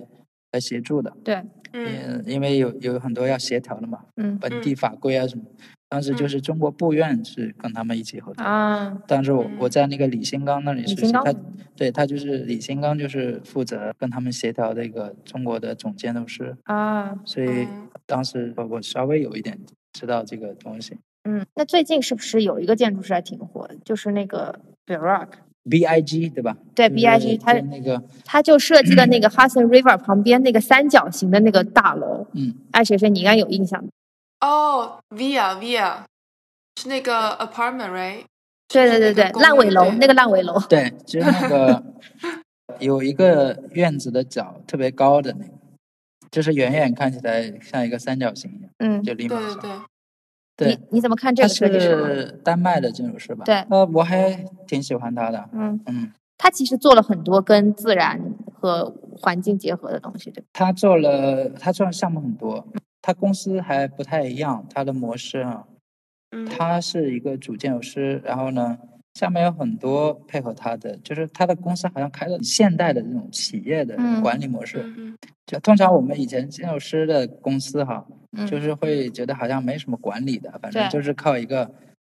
[SPEAKER 5] 来协助的。
[SPEAKER 6] 对，
[SPEAKER 4] 嗯
[SPEAKER 5] 嗯，因为有有很多要协调的嘛，
[SPEAKER 6] 嗯
[SPEAKER 5] 本地法规啊什么。当时就是中国部院是跟他们一起合作。
[SPEAKER 6] 啊，
[SPEAKER 5] 当时我我在那个李新刚那里
[SPEAKER 6] 李
[SPEAKER 5] 实
[SPEAKER 6] 新
[SPEAKER 5] 习，
[SPEAKER 6] 刚
[SPEAKER 5] 他对他就是李新刚就是负责跟他们协调这个中国的总监督师，
[SPEAKER 6] 啊，
[SPEAKER 5] 所以
[SPEAKER 4] 嗯
[SPEAKER 5] 当时我我稍微有一点知道这个东西。
[SPEAKER 6] 嗯，那最近是不是有一个建筑师还挺火的，就是那个 Barack，
[SPEAKER 5] B I G 对吧？
[SPEAKER 6] 对
[SPEAKER 5] 就是
[SPEAKER 6] BIG 它
[SPEAKER 5] 跟那个
[SPEAKER 6] 他就设计的那个 Hudson River 旁边那个三角形的那个大楼，
[SPEAKER 5] 嗯，
[SPEAKER 6] 艾水水你应该有印象，
[SPEAKER 4] 哦，via via 是那个 apartment right？
[SPEAKER 6] 对对对对
[SPEAKER 4] 那个，公寓
[SPEAKER 6] 烂尾楼
[SPEAKER 4] 对
[SPEAKER 6] 那个烂尾楼，
[SPEAKER 5] 对，就是那
[SPEAKER 6] *laughs*
[SPEAKER 5] 个有一个院子的角特别高的那个，就是远远看起来像一个三角形一样，
[SPEAKER 6] 嗯，
[SPEAKER 5] 就立
[SPEAKER 4] 对
[SPEAKER 5] 马
[SPEAKER 4] 对
[SPEAKER 5] 上。
[SPEAKER 4] 对，
[SPEAKER 5] 对
[SPEAKER 6] 你，你怎么看这
[SPEAKER 5] 他
[SPEAKER 6] 个设计师？
[SPEAKER 5] 是丹麦的建筑师吧？
[SPEAKER 6] 对
[SPEAKER 5] 呃，我还挺喜欢他的。
[SPEAKER 6] 嗯，
[SPEAKER 5] 嗯，
[SPEAKER 6] 他其实做了很多跟自然和环境结合的东西，对吧？
[SPEAKER 5] 他做了，他做的项目很多，他公司还不太一样，他的模式啊，
[SPEAKER 4] 嗯
[SPEAKER 5] 他是一个主建筑师，然后呢，下面有很多配合他的，就是他的公司好像开了现代的这种企业的
[SPEAKER 6] 嗯
[SPEAKER 5] 管理模式。
[SPEAKER 4] 嗯
[SPEAKER 5] 就通常我们以前建筑师的公司哈，
[SPEAKER 6] 嗯
[SPEAKER 5] 就是会觉得好像没什么管理的，反正
[SPEAKER 6] 对
[SPEAKER 5] 就是靠一个，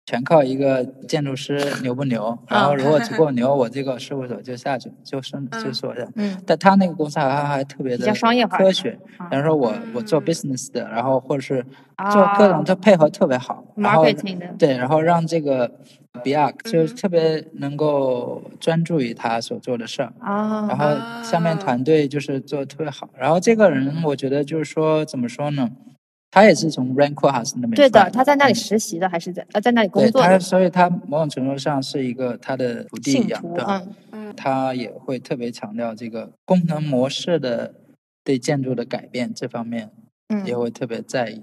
[SPEAKER 5] 全靠一个建筑师牛不牛，
[SPEAKER 6] 嗯
[SPEAKER 5] 然后如果
[SPEAKER 6] *laughs*
[SPEAKER 5] 足够牛，我这个事务所就下去，就升就说的。
[SPEAKER 6] 嗯
[SPEAKER 5] 但他那个公司好像还特别
[SPEAKER 6] 比
[SPEAKER 5] 的
[SPEAKER 6] 较商业化
[SPEAKER 5] 科学
[SPEAKER 6] 啊，
[SPEAKER 5] 比方说我我做
[SPEAKER 4] 嗯
[SPEAKER 5] business 的，然后或者是做各
[SPEAKER 6] 啊
[SPEAKER 5] 种，就配合特别好，然后
[SPEAKER 6] ，marketing 的，
[SPEAKER 5] 对，然后让这个比亚就是
[SPEAKER 4] 嗯
[SPEAKER 5] 特别能够专注于他所做的事儿，
[SPEAKER 6] 啊，
[SPEAKER 5] 然后下面团队就是做的特别好。然后这个人，我觉得就是说怎么说呢，他也是从 Ranco House 那边
[SPEAKER 6] 对
[SPEAKER 5] 出来
[SPEAKER 6] 的，他在那里
[SPEAKER 5] 嗯
[SPEAKER 6] 实习的，还是在呃在那里工
[SPEAKER 5] 对
[SPEAKER 6] 作
[SPEAKER 5] 他，
[SPEAKER 6] 的
[SPEAKER 5] 所以他某种程度上是一个他的徒弟一
[SPEAKER 6] 信
[SPEAKER 5] 样
[SPEAKER 6] 徒，
[SPEAKER 5] 对吧？
[SPEAKER 6] 嗯
[SPEAKER 4] 嗯
[SPEAKER 5] 他也会特别强调这个功能模式的对建筑的改变这方面也
[SPEAKER 6] 嗯
[SPEAKER 5] 会特别在意，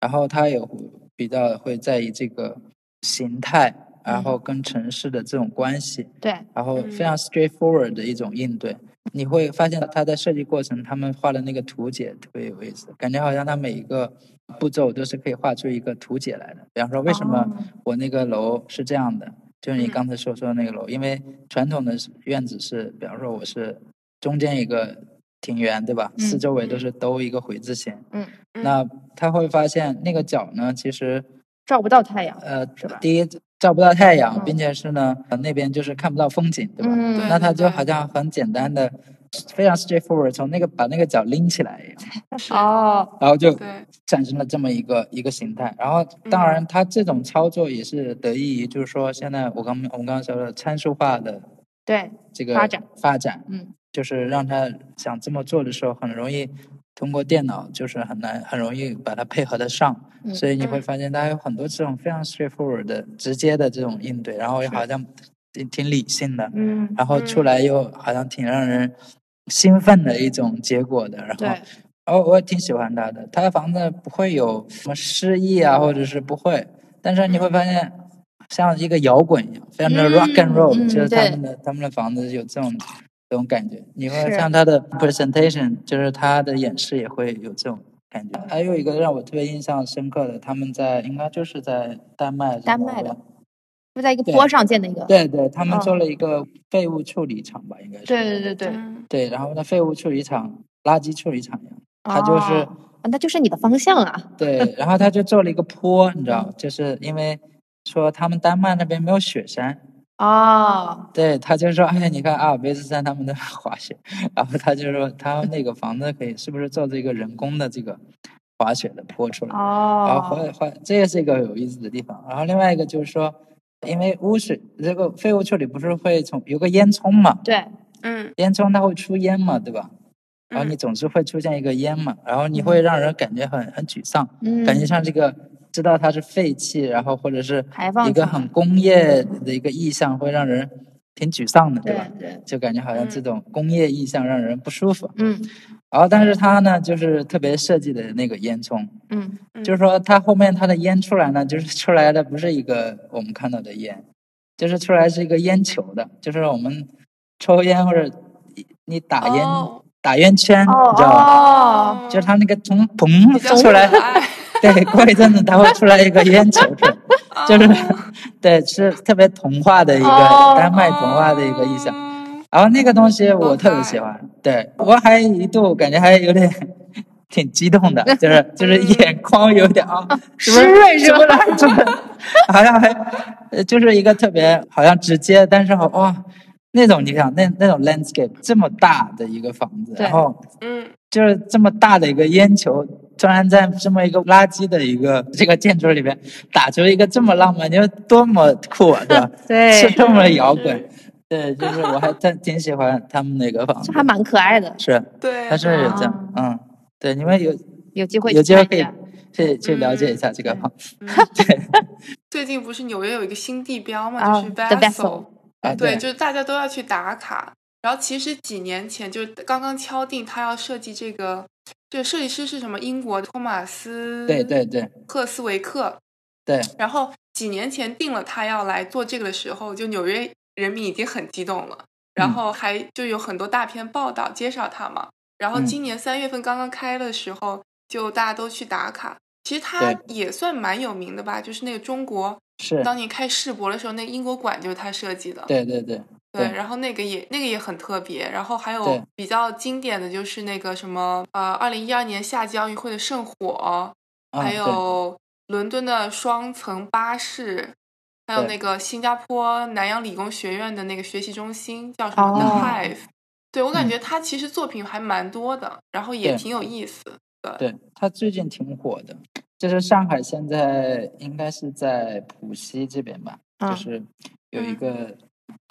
[SPEAKER 5] 然后他也会比较会在意这个形态，然后跟城市的这种关系，
[SPEAKER 6] 对，
[SPEAKER 5] 然后
[SPEAKER 4] 嗯
[SPEAKER 5] 非常 straightforward 的一种应对。你会发现他在设计过程，他们画的那个图解特别有意思，感觉好像他每一个步骤都是可以画出一个图解来的。比方说，为什么
[SPEAKER 6] 哦
[SPEAKER 5] 我那个楼是这样的？就是你
[SPEAKER 4] 嗯
[SPEAKER 5] 刚才所说的那个楼，因为传统的院子是，比方说我是中间一个庭园，对吧？
[SPEAKER 6] 嗯
[SPEAKER 5] 四周围都是兜一个回字形。
[SPEAKER 6] 嗯
[SPEAKER 4] 嗯
[SPEAKER 5] 那他会发现那个角呢，其实
[SPEAKER 6] 照不到太阳，
[SPEAKER 5] 呃
[SPEAKER 6] 是吧，
[SPEAKER 5] 第一照不到太阳
[SPEAKER 6] 嗯，
[SPEAKER 5] 并且是呢，呃那边就是看不到风景，对吧？
[SPEAKER 6] 嗯
[SPEAKER 5] 那他
[SPEAKER 4] 对对
[SPEAKER 5] 就
[SPEAKER 4] 对
[SPEAKER 5] 好像很简单的，非常 straightforward，从那个把那个脚拎起来一样，
[SPEAKER 4] 是
[SPEAKER 6] 哦，
[SPEAKER 5] 然后就
[SPEAKER 4] 对，
[SPEAKER 5] 产生了这么一个一个形态。然后，当然，它这种操作也是得益于，就是说，现在我刚我们刚刚说的参数化的
[SPEAKER 6] 对，
[SPEAKER 5] 这个
[SPEAKER 6] 发展
[SPEAKER 5] 发展，
[SPEAKER 6] 嗯，
[SPEAKER 5] 就是让他想这么做的时候，很容易通过电脑，就是很难很容易把它配合得上。
[SPEAKER 6] 嗯
[SPEAKER 5] 所以你会发现，它有很多这种非常 straightforward 的、直接的这种应对，然后又好像挺挺理性的，
[SPEAKER 6] 嗯，
[SPEAKER 5] 然后出来又好像挺让人兴奋的一种结果的。然后
[SPEAKER 6] 对，
[SPEAKER 5] 哦，我也挺喜欢他的，他的房子不会有什么诗意啊，或者是不会，但是你会发现像一个摇滚一样，非常的
[SPEAKER 6] 嗯
[SPEAKER 5] rock and roll，、
[SPEAKER 6] 嗯
[SPEAKER 5] 就是他
[SPEAKER 6] 对
[SPEAKER 5] 们的他们的房子有这种这种感觉。你会
[SPEAKER 6] 是
[SPEAKER 5] 像他的 presentation，就是他的演示也会有这种感觉。还有一个让我特别印象深刻的，他们在应该就是在丹麦还是
[SPEAKER 6] 丹
[SPEAKER 5] 挪
[SPEAKER 6] 麦的
[SPEAKER 5] 威
[SPEAKER 6] 就在一个
[SPEAKER 5] 对
[SPEAKER 6] 坡上建的一个，
[SPEAKER 5] 对对，他们
[SPEAKER 6] 哦
[SPEAKER 5] 做了一个废物处理厂吧，应该是
[SPEAKER 6] 对对对对，
[SPEAKER 4] 嗯
[SPEAKER 5] 对，然后那废物处理厂、垃圾处理厂一样，它就是。
[SPEAKER 6] 哦啊那就是你的方向啊，
[SPEAKER 5] 对，然后他就做了一个坡，你知
[SPEAKER 6] 嗯
[SPEAKER 5] 道，就是因为说他们丹麦那边没有雪山，
[SPEAKER 6] 哦，
[SPEAKER 5] 对，他就说，哎，你看阿尔卑斯山他们都在滑雪， *laughs* 然后他就说他那个房子可以是不是做这个人工的这个滑雪的坡出来？然后
[SPEAKER 6] 哦，
[SPEAKER 5] 滑滑，这也是一个有意思的地方。然后另外一个就是说，因为污水这个废物处理不是会从有个烟囱嘛，
[SPEAKER 6] 对，哦
[SPEAKER 4] 嗯
[SPEAKER 5] 烟囱它会出烟嘛，对吧？然后
[SPEAKER 6] 嗯
[SPEAKER 5] 你总是会出现一个烟嘛，然后你会让人感觉很很沮丧，
[SPEAKER 6] 嗯
[SPEAKER 5] 感觉像这个知道它是废气，然后或者是
[SPEAKER 6] 排放
[SPEAKER 5] 一个
[SPEAKER 6] 出来嗯
[SPEAKER 5] 很工业的一个意象，会让人挺沮丧的，对吧？
[SPEAKER 6] 对，
[SPEAKER 5] 就感觉好像这种工业意象让人不舒服。
[SPEAKER 6] 嗯
[SPEAKER 5] 然后，但是它呢，就是特别设计的那个烟囱，
[SPEAKER 6] 嗯，
[SPEAKER 5] 就是说它后面它的烟出来呢，就是 *laughs* 出来的不是一个我们看到的烟，就是出来是一个烟球的，就是我们抽烟或者你你打烟、
[SPEAKER 4] 哦
[SPEAKER 5] 打烟圈，
[SPEAKER 6] 哦
[SPEAKER 5] 你知道吧？
[SPEAKER 6] 哦，
[SPEAKER 5] 就是它那个从砰
[SPEAKER 4] 比较
[SPEAKER 5] 出来， *laughs*
[SPEAKER 4] 可爱
[SPEAKER 5] 对，过一阵子它会出来一个烟球出来，就是、 *laughs* 对，是特别童话的一个、
[SPEAKER 2] 哦
[SPEAKER 5] 丹麦童话的一个
[SPEAKER 4] 哦
[SPEAKER 5] 意象。然后那个东西我特别喜欢，对我还一度感觉还有点挺激动的，就是就是眼眶有点啊，是不
[SPEAKER 6] 嗯湿润是
[SPEAKER 5] 是不
[SPEAKER 6] 吧
[SPEAKER 5] 是？是不是？好像还呃就是一个特别好像直接，但是好哇、那种你想那那种 landscape 这么大的一个房子，
[SPEAKER 2] 对
[SPEAKER 5] 然后
[SPEAKER 4] 嗯，
[SPEAKER 5] 就是这么大的一个烟球，突然在这么一个垃圾的一个这个建筑里边打出一个这么浪漫，你说多么酷啊，对吧？
[SPEAKER 6] 哎
[SPEAKER 2] 对
[SPEAKER 5] 是这么摇滚，对，就是我
[SPEAKER 6] *laughs*
[SPEAKER 5] 还挺挺喜欢他们那个房
[SPEAKER 6] 这
[SPEAKER 5] 子，
[SPEAKER 6] 还蛮可爱的，
[SPEAKER 5] 是，
[SPEAKER 4] 对
[SPEAKER 5] 它，是有这样，嗯，对，你们有
[SPEAKER 6] 有机哦会嗯
[SPEAKER 5] 有机会
[SPEAKER 6] 看
[SPEAKER 5] 可
[SPEAKER 6] 一
[SPEAKER 5] 以
[SPEAKER 6] 下。
[SPEAKER 5] 去去了解一下这个房子，
[SPEAKER 4] 最近不是纽约有一个新地标嘛，
[SPEAKER 6] 啊
[SPEAKER 4] 就是
[SPEAKER 6] The Vessel
[SPEAKER 5] 啊，
[SPEAKER 4] 对，就是大家都要去打卡。然后其实几年前就是刚刚敲定他要设计这个，这个设计师是什么？英国托马斯
[SPEAKER 5] 对对对
[SPEAKER 4] 赫斯维克。
[SPEAKER 5] 对，
[SPEAKER 4] 然后几年前定了他要来做这个的时候，就纽约人民已经很激动了，
[SPEAKER 5] 嗯
[SPEAKER 4] 然后还就有很多大片报道介绍他嘛。然后
[SPEAKER 5] 嗯
[SPEAKER 4] 今年三月份刚刚开的时候，就大家都去打卡。其实他
[SPEAKER 5] 对
[SPEAKER 4] 也算蛮有名的吧，就是那个中国
[SPEAKER 5] 是，
[SPEAKER 4] 当年开世博的时候，那个英国馆就是他设计的。
[SPEAKER 5] 对对对
[SPEAKER 4] 对，
[SPEAKER 5] 对
[SPEAKER 4] 然后那个也那个也很特别，然后还有
[SPEAKER 5] 对
[SPEAKER 4] 比较经典的就是那个什么呃，二零一二年夏季奥运会的圣火，
[SPEAKER 5] 啊，
[SPEAKER 4] 还
[SPEAKER 5] 对
[SPEAKER 4] 有伦敦的双层巴士，还有
[SPEAKER 5] 对
[SPEAKER 4] 那个新加坡南洋理工学院的那个学习中心叫什么 The
[SPEAKER 6] 哦
[SPEAKER 4] Hive，、对我感觉他其实作品还蛮多的，然后也
[SPEAKER 5] 嗯对
[SPEAKER 4] 挺有意思。
[SPEAKER 5] 对，它最近挺火的，就是上海现在应该是在浦西这边吧，
[SPEAKER 6] 嗯
[SPEAKER 5] 就是有一个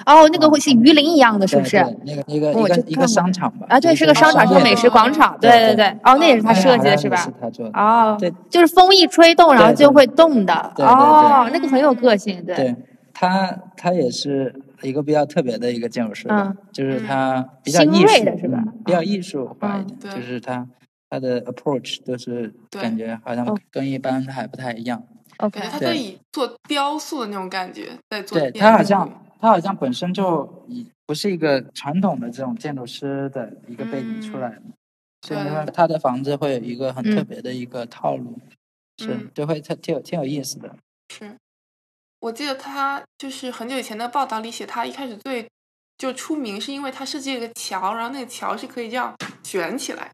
[SPEAKER 6] 哦，那个会是鱼鳞一样的，是不是？
[SPEAKER 5] 对对那个一个
[SPEAKER 6] 我
[SPEAKER 5] 一
[SPEAKER 6] 就
[SPEAKER 5] 个一
[SPEAKER 6] 看过
[SPEAKER 5] 个商场吧？
[SPEAKER 6] 啊，对，是个商场，是个美食广场，
[SPEAKER 5] 对对
[SPEAKER 6] 对对。哦，那也是他
[SPEAKER 5] 他
[SPEAKER 6] 设计的是吧？
[SPEAKER 5] 是他做的。
[SPEAKER 6] 哦，
[SPEAKER 5] 对，
[SPEAKER 6] 就是风一吹动，然后就会动的。
[SPEAKER 5] 对对对
[SPEAKER 6] 哦，那个很有个性，对。
[SPEAKER 5] 对，它它也是一个比较特别的一个建筑师吧，
[SPEAKER 4] 嗯
[SPEAKER 5] 就是它比较
[SPEAKER 6] 新
[SPEAKER 5] 艺
[SPEAKER 6] 锐
[SPEAKER 5] 术
[SPEAKER 6] 嗯的是吧
[SPEAKER 5] 嗯比较艺术化一点，
[SPEAKER 4] 对
[SPEAKER 5] 就是它它的 approach 都是
[SPEAKER 4] 对
[SPEAKER 5] 感觉好
[SPEAKER 6] 哦
[SPEAKER 5] 像跟一般的还不太一样。
[SPEAKER 6] OK，
[SPEAKER 4] 感觉他
[SPEAKER 5] 对
[SPEAKER 4] 在以做雕塑的那种感觉在做
[SPEAKER 5] 对
[SPEAKER 4] 建筑，
[SPEAKER 5] 他好像他好像本身就以不是一个传统的这种建筑师的一个背景出来的，所以
[SPEAKER 4] 嗯对
[SPEAKER 5] 说他的房子会有一个很
[SPEAKER 6] 嗯
[SPEAKER 5] 特别的一个套路，是
[SPEAKER 4] 嗯
[SPEAKER 5] 就会特挺有挺有意思的。
[SPEAKER 4] 是，我记得他就是很久以前的报道里写，他一开始最就出名是因为他设计了个桥，然后那个桥是可以这样卷起来，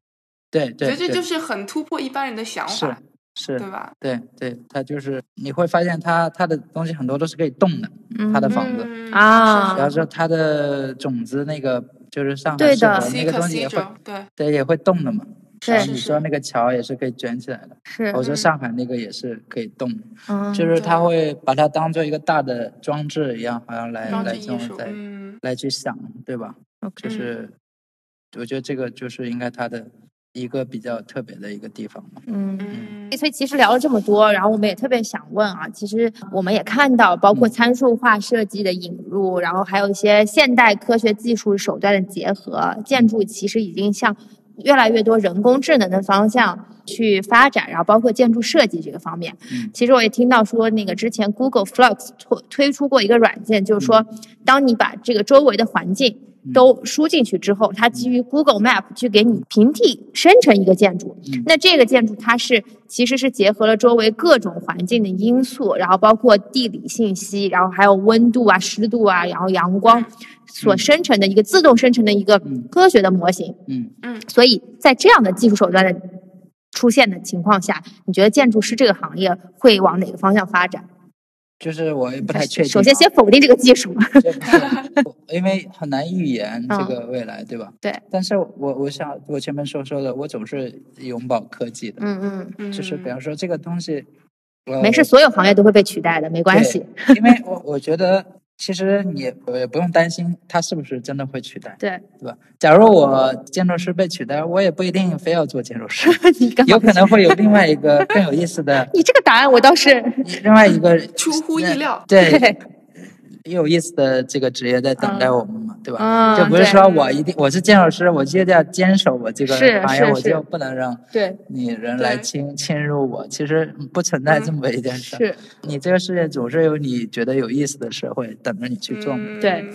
[SPEAKER 5] 对
[SPEAKER 4] 我觉
[SPEAKER 5] 对
[SPEAKER 4] 得这
[SPEAKER 5] 对，
[SPEAKER 4] 就是是很突破一般人的想法，
[SPEAKER 5] 是
[SPEAKER 4] 对吧？
[SPEAKER 5] 对对，他就是你会发现他他的东西很多都是可以动的，他的房子。
[SPEAKER 4] 嗯，
[SPEAKER 6] 啊
[SPEAKER 5] 比方说它的种子那个就是上海
[SPEAKER 6] 对
[SPEAKER 5] 世
[SPEAKER 6] 的
[SPEAKER 5] 博那个东西也会
[SPEAKER 4] Cathedral，对，
[SPEAKER 5] 对也会动的嘛，
[SPEAKER 6] 对
[SPEAKER 5] 然后
[SPEAKER 4] 是
[SPEAKER 5] 你
[SPEAKER 4] 是
[SPEAKER 5] 说那个桥也是可以卷起来的，
[SPEAKER 6] 是
[SPEAKER 5] 我说
[SPEAKER 4] 嗯
[SPEAKER 5] 上海那个也是可以动的，
[SPEAKER 6] 嗯
[SPEAKER 5] 哦就是他
[SPEAKER 4] 对
[SPEAKER 5] 会把它当做一个大的装置一样，好像来
[SPEAKER 4] 装置
[SPEAKER 5] 来这
[SPEAKER 4] 艺
[SPEAKER 5] 种
[SPEAKER 4] 术，
[SPEAKER 5] 来、
[SPEAKER 4] 嗯，
[SPEAKER 5] 来去想，对吧？
[SPEAKER 6] OK
[SPEAKER 5] 就是我觉得这个就是应该它的一个比较特别的一个地方嘛。
[SPEAKER 6] 嗯。
[SPEAKER 4] 嗯
[SPEAKER 6] 所以其实聊了这么多，然后我们也特别想问啊，其实我们也看到，包括参数化设计的引入，然后还有一些现代科学技术手段的结合，建筑其实已经向越来越多人工智能的方向去发展，然后包括建筑设计这个方面。
[SPEAKER 5] 嗯
[SPEAKER 6] 其实我也听到说，那个之前 Google Flux 推推出过一个软件，就是说，当你把这个周围的环境都输进去之后，它基于 Google Map 去给你平替生成一个建筑。
[SPEAKER 5] 嗯
[SPEAKER 6] 那这个建筑它是其实是结合了周围各种环境的因素，然后包括地理信息，然后还有温度啊、湿度啊，然后阳光所生成的一个自动生成的一个
[SPEAKER 5] 嗯
[SPEAKER 6] 科学的模型。
[SPEAKER 5] 嗯，
[SPEAKER 6] 所以在这样的技术手段的出现的情况下，你觉得建筑师这个行业会往哪个方向发展？
[SPEAKER 5] 就是我也不太确定。啊
[SPEAKER 6] 首先，先否定这个技术。
[SPEAKER 5] 这不
[SPEAKER 6] *laughs*
[SPEAKER 5] 是因为很难预言这个未来，对吧？
[SPEAKER 6] 嗯对。
[SPEAKER 5] 但是我我想，我前面所说的，我总是拥抱科技的，
[SPEAKER 6] 嗯 *laughs* 嗯，
[SPEAKER 4] 嗯，
[SPEAKER 5] 就是比方说这个东西，呃
[SPEAKER 6] 没事，所有行业都会被取代的，没关系。
[SPEAKER 5] 对，因为我我觉得其实你也也不用担心它是不是真的会取代，
[SPEAKER 6] 对，
[SPEAKER 5] 对吧？假如我建筑师被取代，我也不一定非要做建筑师，
[SPEAKER 6] *laughs* 你干嘛
[SPEAKER 5] 有？可能会有另外一个更有意思
[SPEAKER 6] *laughs*
[SPEAKER 5] 的，
[SPEAKER 6] 你这个答案我倒是
[SPEAKER 5] 另外一个
[SPEAKER 4] 出乎意料，
[SPEAKER 6] *laughs*
[SPEAKER 5] 对。有意思的这个职业在等待我们嘛，对吧？
[SPEAKER 6] 嗯
[SPEAKER 5] 就不是
[SPEAKER 6] 对
[SPEAKER 5] 说我一定我是建筑师，我就要坚守我这个
[SPEAKER 6] 是
[SPEAKER 5] 行
[SPEAKER 6] 是
[SPEAKER 5] 业，我
[SPEAKER 6] 是
[SPEAKER 5] 就不能让
[SPEAKER 6] 对嗯
[SPEAKER 5] 你人来
[SPEAKER 4] 对
[SPEAKER 5] 侵侵入我。其实不存在这么一件事儿，
[SPEAKER 6] 是
[SPEAKER 5] 你这个世界总是有你觉得有意思的事会等着你去做嘛。
[SPEAKER 4] 嗯
[SPEAKER 6] 对，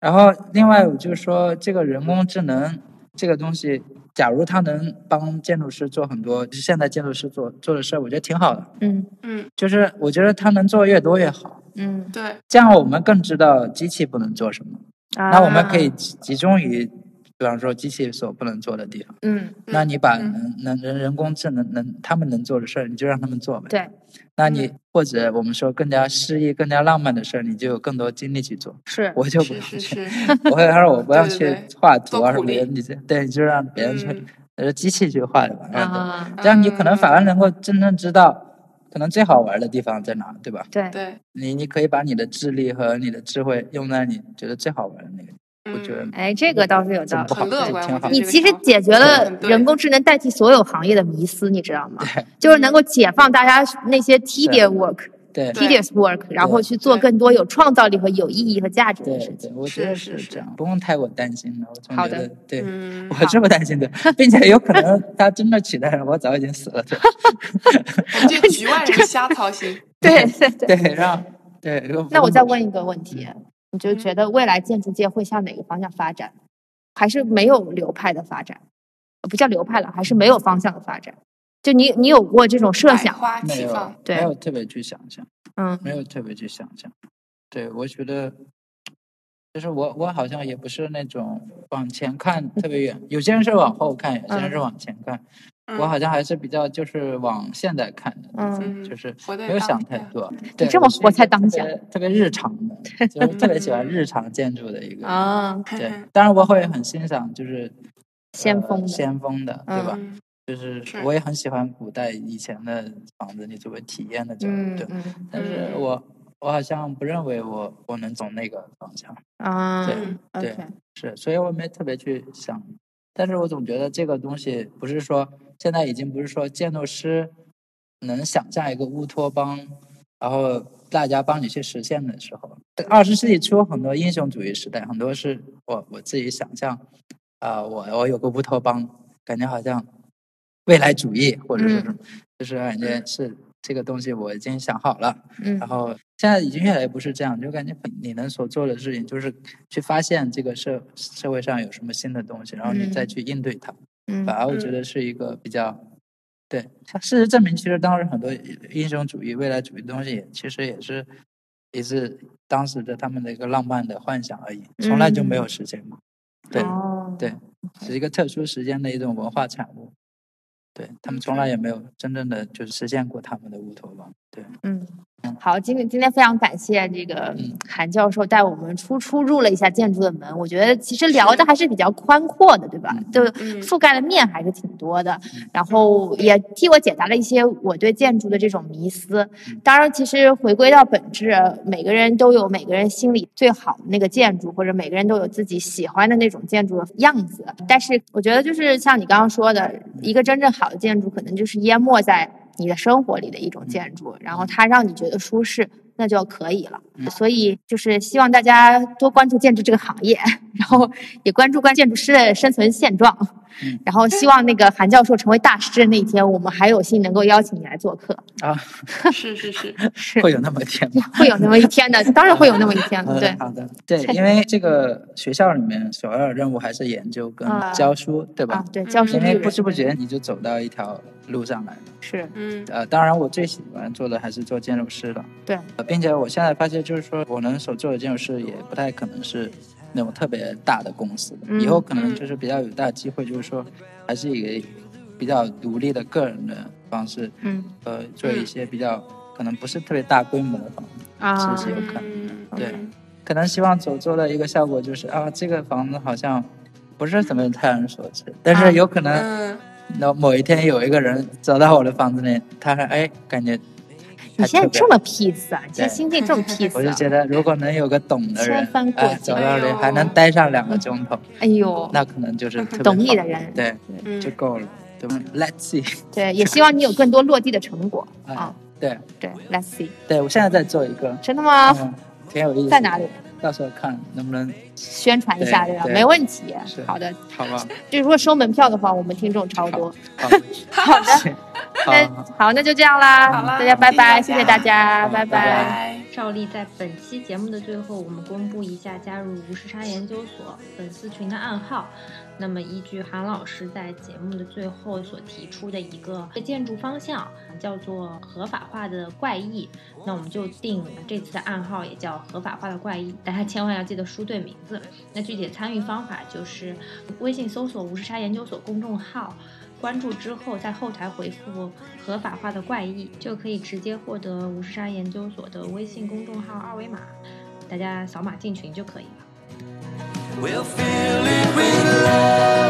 [SPEAKER 5] 然后另外我就说，这个人工智能这个东西，假如他能帮建筑师做很多就是现代建筑师做做的事儿，我觉得挺好的。
[SPEAKER 6] 嗯
[SPEAKER 4] 嗯，
[SPEAKER 5] 就是我觉得他能做越多越好，
[SPEAKER 6] 嗯，
[SPEAKER 4] 对，
[SPEAKER 5] 这样我们更知道机器不能做什么。那我们可以
[SPEAKER 6] 啊，
[SPEAKER 5] 集集中于，比方说机器所不能做的地方。
[SPEAKER 6] 嗯，
[SPEAKER 5] 那你把
[SPEAKER 4] 嗯
[SPEAKER 5] 能能人人工智能能他们能做的事儿，你就让他们做
[SPEAKER 4] 嗯
[SPEAKER 5] 呗。
[SPEAKER 6] 对，
[SPEAKER 5] 那你或者我们说更加诗意、更加浪漫的事儿，你就有更多精力去做。
[SPEAKER 6] 是，
[SPEAKER 5] 我就不
[SPEAKER 4] 是
[SPEAKER 5] 要
[SPEAKER 4] 是
[SPEAKER 5] 去，
[SPEAKER 4] 是，
[SPEAKER 5] *laughs* 我要说我不要
[SPEAKER 4] 对
[SPEAKER 5] 去
[SPEAKER 4] 对对
[SPEAKER 5] 画图
[SPEAKER 4] 做
[SPEAKER 5] 啊什
[SPEAKER 4] 苦
[SPEAKER 5] 么的，
[SPEAKER 4] 力
[SPEAKER 5] 你这对，你就让别人去，
[SPEAKER 4] 嗯
[SPEAKER 5] 呃，机器去画的吧。让他
[SPEAKER 6] 啊，
[SPEAKER 5] 这样你可能反而
[SPEAKER 4] 嗯
[SPEAKER 5] 能够真正知道，可能最好玩的地方在哪，对吧？
[SPEAKER 6] 对，
[SPEAKER 4] 对，
[SPEAKER 5] 你你可以把你的智力和你的智慧用在你觉得最好玩的那个，
[SPEAKER 4] 嗯
[SPEAKER 5] *laughs* 我觉得
[SPEAKER 6] 哎，这个倒是有
[SPEAKER 5] 这
[SPEAKER 6] 道
[SPEAKER 5] 不
[SPEAKER 6] 理。
[SPEAKER 5] 好，
[SPEAKER 4] 很乐
[SPEAKER 5] 这
[SPEAKER 4] 观
[SPEAKER 5] 挺
[SPEAKER 4] 我觉
[SPEAKER 5] 好
[SPEAKER 4] 得。
[SPEAKER 6] 你其实解决了人工智能代替所有行业的迷思，你知道吗？就是能够解放大家那些 tedious work、
[SPEAKER 5] 对
[SPEAKER 6] tedious work，然后去做
[SPEAKER 4] 对
[SPEAKER 6] 更多有创造力和有意义和价值的
[SPEAKER 5] 对
[SPEAKER 6] 事情。
[SPEAKER 5] 对，我觉
[SPEAKER 4] 是
[SPEAKER 5] 得
[SPEAKER 4] 是是
[SPEAKER 5] 这样，不用太过担心了。我总
[SPEAKER 6] 好
[SPEAKER 5] 觉
[SPEAKER 6] 的
[SPEAKER 5] 得，对，
[SPEAKER 4] 嗯，
[SPEAKER 5] *laughs* 我是不担心的，并且有可能
[SPEAKER 6] *laughs*
[SPEAKER 5] 他真的取代了我，早已经死了。对
[SPEAKER 4] 我们这个局外人瞎操
[SPEAKER 5] *laughs*
[SPEAKER 4] 心。
[SPEAKER 6] 对对对。
[SPEAKER 5] 对，嗯让对。如果
[SPEAKER 6] 那我
[SPEAKER 5] 不
[SPEAKER 6] 再问一个问题，你就觉得未来建筑界会向哪个方向发展？还是没有流派的发展？呃不叫流派了，还是没有方向的发展？就你你有过这种设
[SPEAKER 4] 百
[SPEAKER 6] 想？
[SPEAKER 4] 花
[SPEAKER 5] 没
[SPEAKER 4] 齐
[SPEAKER 5] 有
[SPEAKER 4] 放，
[SPEAKER 6] 对
[SPEAKER 5] 没有特别去想象，
[SPEAKER 6] 嗯
[SPEAKER 5] 没有特别去想象。对，我觉得，就是我我好像也不是那种往前看特别远，有些人是往后看，有些人
[SPEAKER 6] 嗯
[SPEAKER 5] 是往前看，
[SPEAKER 4] 嗯
[SPEAKER 5] 我好像还是比较就是往现在看的。
[SPEAKER 6] 嗯，
[SPEAKER 4] 嗯
[SPEAKER 5] 就是
[SPEAKER 4] 活在
[SPEAKER 5] 没有
[SPEAKER 4] 当嗯
[SPEAKER 5] 想
[SPEAKER 4] 下
[SPEAKER 5] 太多，对，
[SPEAKER 6] 这么
[SPEAKER 5] 我是一
[SPEAKER 6] 活
[SPEAKER 5] 个
[SPEAKER 6] 在当
[SPEAKER 5] 特
[SPEAKER 6] 下
[SPEAKER 5] 别特别日常
[SPEAKER 4] *laughs*
[SPEAKER 5] 的，就是特别
[SPEAKER 4] 嗯
[SPEAKER 5] 喜欢日常建筑的一个
[SPEAKER 4] 哦
[SPEAKER 5] 人。
[SPEAKER 6] 啊，
[SPEAKER 5] 对，当然我会很欣赏，就是
[SPEAKER 6] 先
[SPEAKER 5] 呃
[SPEAKER 6] 锋的
[SPEAKER 5] 先锋的，对吧？
[SPEAKER 4] 嗯
[SPEAKER 5] 就是
[SPEAKER 4] 是
[SPEAKER 5] 我也很喜欢古代以前的房子，你作为体验的角
[SPEAKER 6] 嗯
[SPEAKER 5] 度，对。
[SPEAKER 6] 嗯
[SPEAKER 5] 但是
[SPEAKER 4] 嗯
[SPEAKER 5] 我我好像不认为我我能走那个方向，
[SPEAKER 6] 啊
[SPEAKER 5] 对 *laughs*
[SPEAKER 4] 嗯
[SPEAKER 5] 对
[SPEAKER 6] ，OK，
[SPEAKER 5] 是，所以我没特别去想。但是我总觉得这个东西不是说现在已经不是说建筑师能想象一个乌托邦，然后大家帮你去实现的时候。二十世纪初很多英雄主义时代，很多是我我自己想象啊、我我有个乌托邦，感觉好像未来主义或者是
[SPEAKER 6] 嗯
[SPEAKER 5] 什么，就是感觉是这个东西我已经想好了，
[SPEAKER 6] 嗯
[SPEAKER 5] 然后现在已经越来越不是这样，就感觉你能所做的事情就是去发现这个社社会上有什么新的东西，然后你再去应对它。
[SPEAKER 6] 嗯
[SPEAKER 5] 反而我觉得是一个比较，对，像事实证明，其实当时很多英雄主义、未来主义的东西也，其实也是也是当时的他们的一个浪漫的幻想而已，从来就没有实现过。对，
[SPEAKER 6] 嗯哦
[SPEAKER 5] 对是一个特殊时间的一种文化产物。对他们从来也没有真正的就是实现过他们的乌托邦。对，
[SPEAKER 6] 嗯，好，今天今天非常感谢这个
[SPEAKER 5] 嗯
[SPEAKER 6] 韩教授带我们出出入了一下建筑的门，我觉得其实聊的还是比较宽阔的，对吧？就
[SPEAKER 4] 嗯
[SPEAKER 6] 覆盖的面还是挺多的，然后也替我解答了一些我对建筑的这种迷思。
[SPEAKER 4] 嗯
[SPEAKER 6] 当然，其实回归到本质，每个人都有每个人心里最好的那个建筑，或者每个人都有自己喜欢的那种建筑的样子。但是我觉得，就是像你刚刚说的，一个真正好的建筑，可能就是淹没在你的生活里的一种建
[SPEAKER 4] 嗯
[SPEAKER 6] 筑，然后它让你觉得舒适。那就可以了，所以就是希望大家多关注建筑这个行业，然后也关注关建筑师的生存现状。
[SPEAKER 5] 嗯
[SPEAKER 6] *laughs* 然后希望那个韩教授成为大师的那一天，我们还有幸能够邀请你来
[SPEAKER 5] *laughs*
[SPEAKER 6] 做客，
[SPEAKER 5] 啊，
[SPEAKER 4] 是是是，
[SPEAKER 6] 是
[SPEAKER 5] 会有那么一天吗？
[SPEAKER 6] 会有那么一天的，当然会有那么一天的，
[SPEAKER 5] 嗯
[SPEAKER 6] 对，
[SPEAKER 5] 好的，对，因为这个学校里面首要任务还是研究跟
[SPEAKER 6] 啊
[SPEAKER 5] 教书，对吧
[SPEAKER 6] 啊？对，教师
[SPEAKER 5] 因
[SPEAKER 6] 育
[SPEAKER 5] 为
[SPEAKER 6] 人
[SPEAKER 5] 不知不觉你就走到一条路上来了。
[SPEAKER 6] 是
[SPEAKER 4] 嗯
[SPEAKER 5] 呃，当然我最喜欢做的还是做建筑师了，
[SPEAKER 6] 对，
[SPEAKER 5] 呃并且我现在发现，就是说我能所做的建筑师也不太可能是那种特别大的公司，
[SPEAKER 6] 嗯
[SPEAKER 5] 以后可能就是比较有大机会，就是说还是以个比较独立的个人的方式，
[SPEAKER 6] 嗯
[SPEAKER 5] 呃，做一些比较可能不是特别大规模的房子。*laughs*
[SPEAKER 6] 啊
[SPEAKER 5] 是，有可
[SPEAKER 4] 嗯，
[SPEAKER 5] 对，可能希望所做的一个效果就是啊，这个房子好像不是怎么太人所知，但
[SPEAKER 6] 啊
[SPEAKER 5] 是有可能
[SPEAKER 4] 嗯，
[SPEAKER 5] 那某一天有一个人走到我的房子里，他说哎，感觉
[SPEAKER 6] 你
[SPEAKER 5] 还
[SPEAKER 6] 现在
[SPEAKER 5] 特别
[SPEAKER 6] 这么 peace 啊，你现
[SPEAKER 5] 对
[SPEAKER 6] 在心境这么 peace，
[SPEAKER 5] *laughs* 我就
[SPEAKER 6] 啊
[SPEAKER 5] 觉得如果能有个懂的人
[SPEAKER 6] 千帆，过哦
[SPEAKER 5] 哎，
[SPEAKER 6] 尽
[SPEAKER 5] 走到这
[SPEAKER 4] 哎
[SPEAKER 5] 里
[SPEAKER 4] 呦
[SPEAKER 5] 还能待上两个钟头，
[SPEAKER 6] 哎呦，
[SPEAKER 5] 那可能就是特别
[SPEAKER 6] 嗯懂你
[SPEAKER 5] 好
[SPEAKER 6] 的人
[SPEAKER 5] 对，
[SPEAKER 4] 嗯
[SPEAKER 5] 就够了，对吧？Let's see， *laughs*
[SPEAKER 6] 对，也希望你有更多落地的成果
[SPEAKER 5] 哎
[SPEAKER 6] 啊，
[SPEAKER 5] 对，
[SPEAKER 6] 对，Let's see，
[SPEAKER 5] 对我现在在做一个，
[SPEAKER 6] 真的吗？
[SPEAKER 5] 嗯，挺有意思，
[SPEAKER 6] 在哪里？
[SPEAKER 5] 到时候看能不能，
[SPEAKER 6] 宣传一下
[SPEAKER 5] 对
[SPEAKER 6] 对吧？
[SPEAKER 5] 对
[SPEAKER 6] 没问题
[SPEAKER 5] 是，
[SPEAKER 6] 好的，
[SPEAKER 5] 好吧？
[SPEAKER 6] 就如果收门票的话，我们听众超多，
[SPEAKER 5] 好，
[SPEAKER 6] *laughs*
[SPEAKER 5] *laughs* 好的，
[SPEAKER 6] 那
[SPEAKER 5] 好。
[SPEAKER 6] 好，那就这样啦，
[SPEAKER 4] 好啦
[SPEAKER 6] 大家拜拜，谢
[SPEAKER 4] 谢
[SPEAKER 6] 谢
[SPEAKER 4] 谢
[SPEAKER 6] 大
[SPEAKER 4] 大
[SPEAKER 6] 家，
[SPEAKER 5] 好
[SPEAKER 6] 拜
[SPEAKER 5] 拜拜
[SPEAKER 4] 拜。
[SPEAKER 8] 照例在本期节目的最后，我们公布一下加入无时差研究所粉丝群的暗号。那么依据韩老师在节目的最后所提出的一个建筑方向，叫做合法化的怪异，那我们就定这次的暗号也叫合法化的怪异，大家千万要记得输对名字。那具体的参与方法就是微信搜索“无时差研究所”公众号。关注之后，在后台回复“合法化的怪异”，就可以直接获得无时差研究所的微信公众号二维码，大家扫码进群就可以了。
[SPEAKER 9] We'll fill it with love.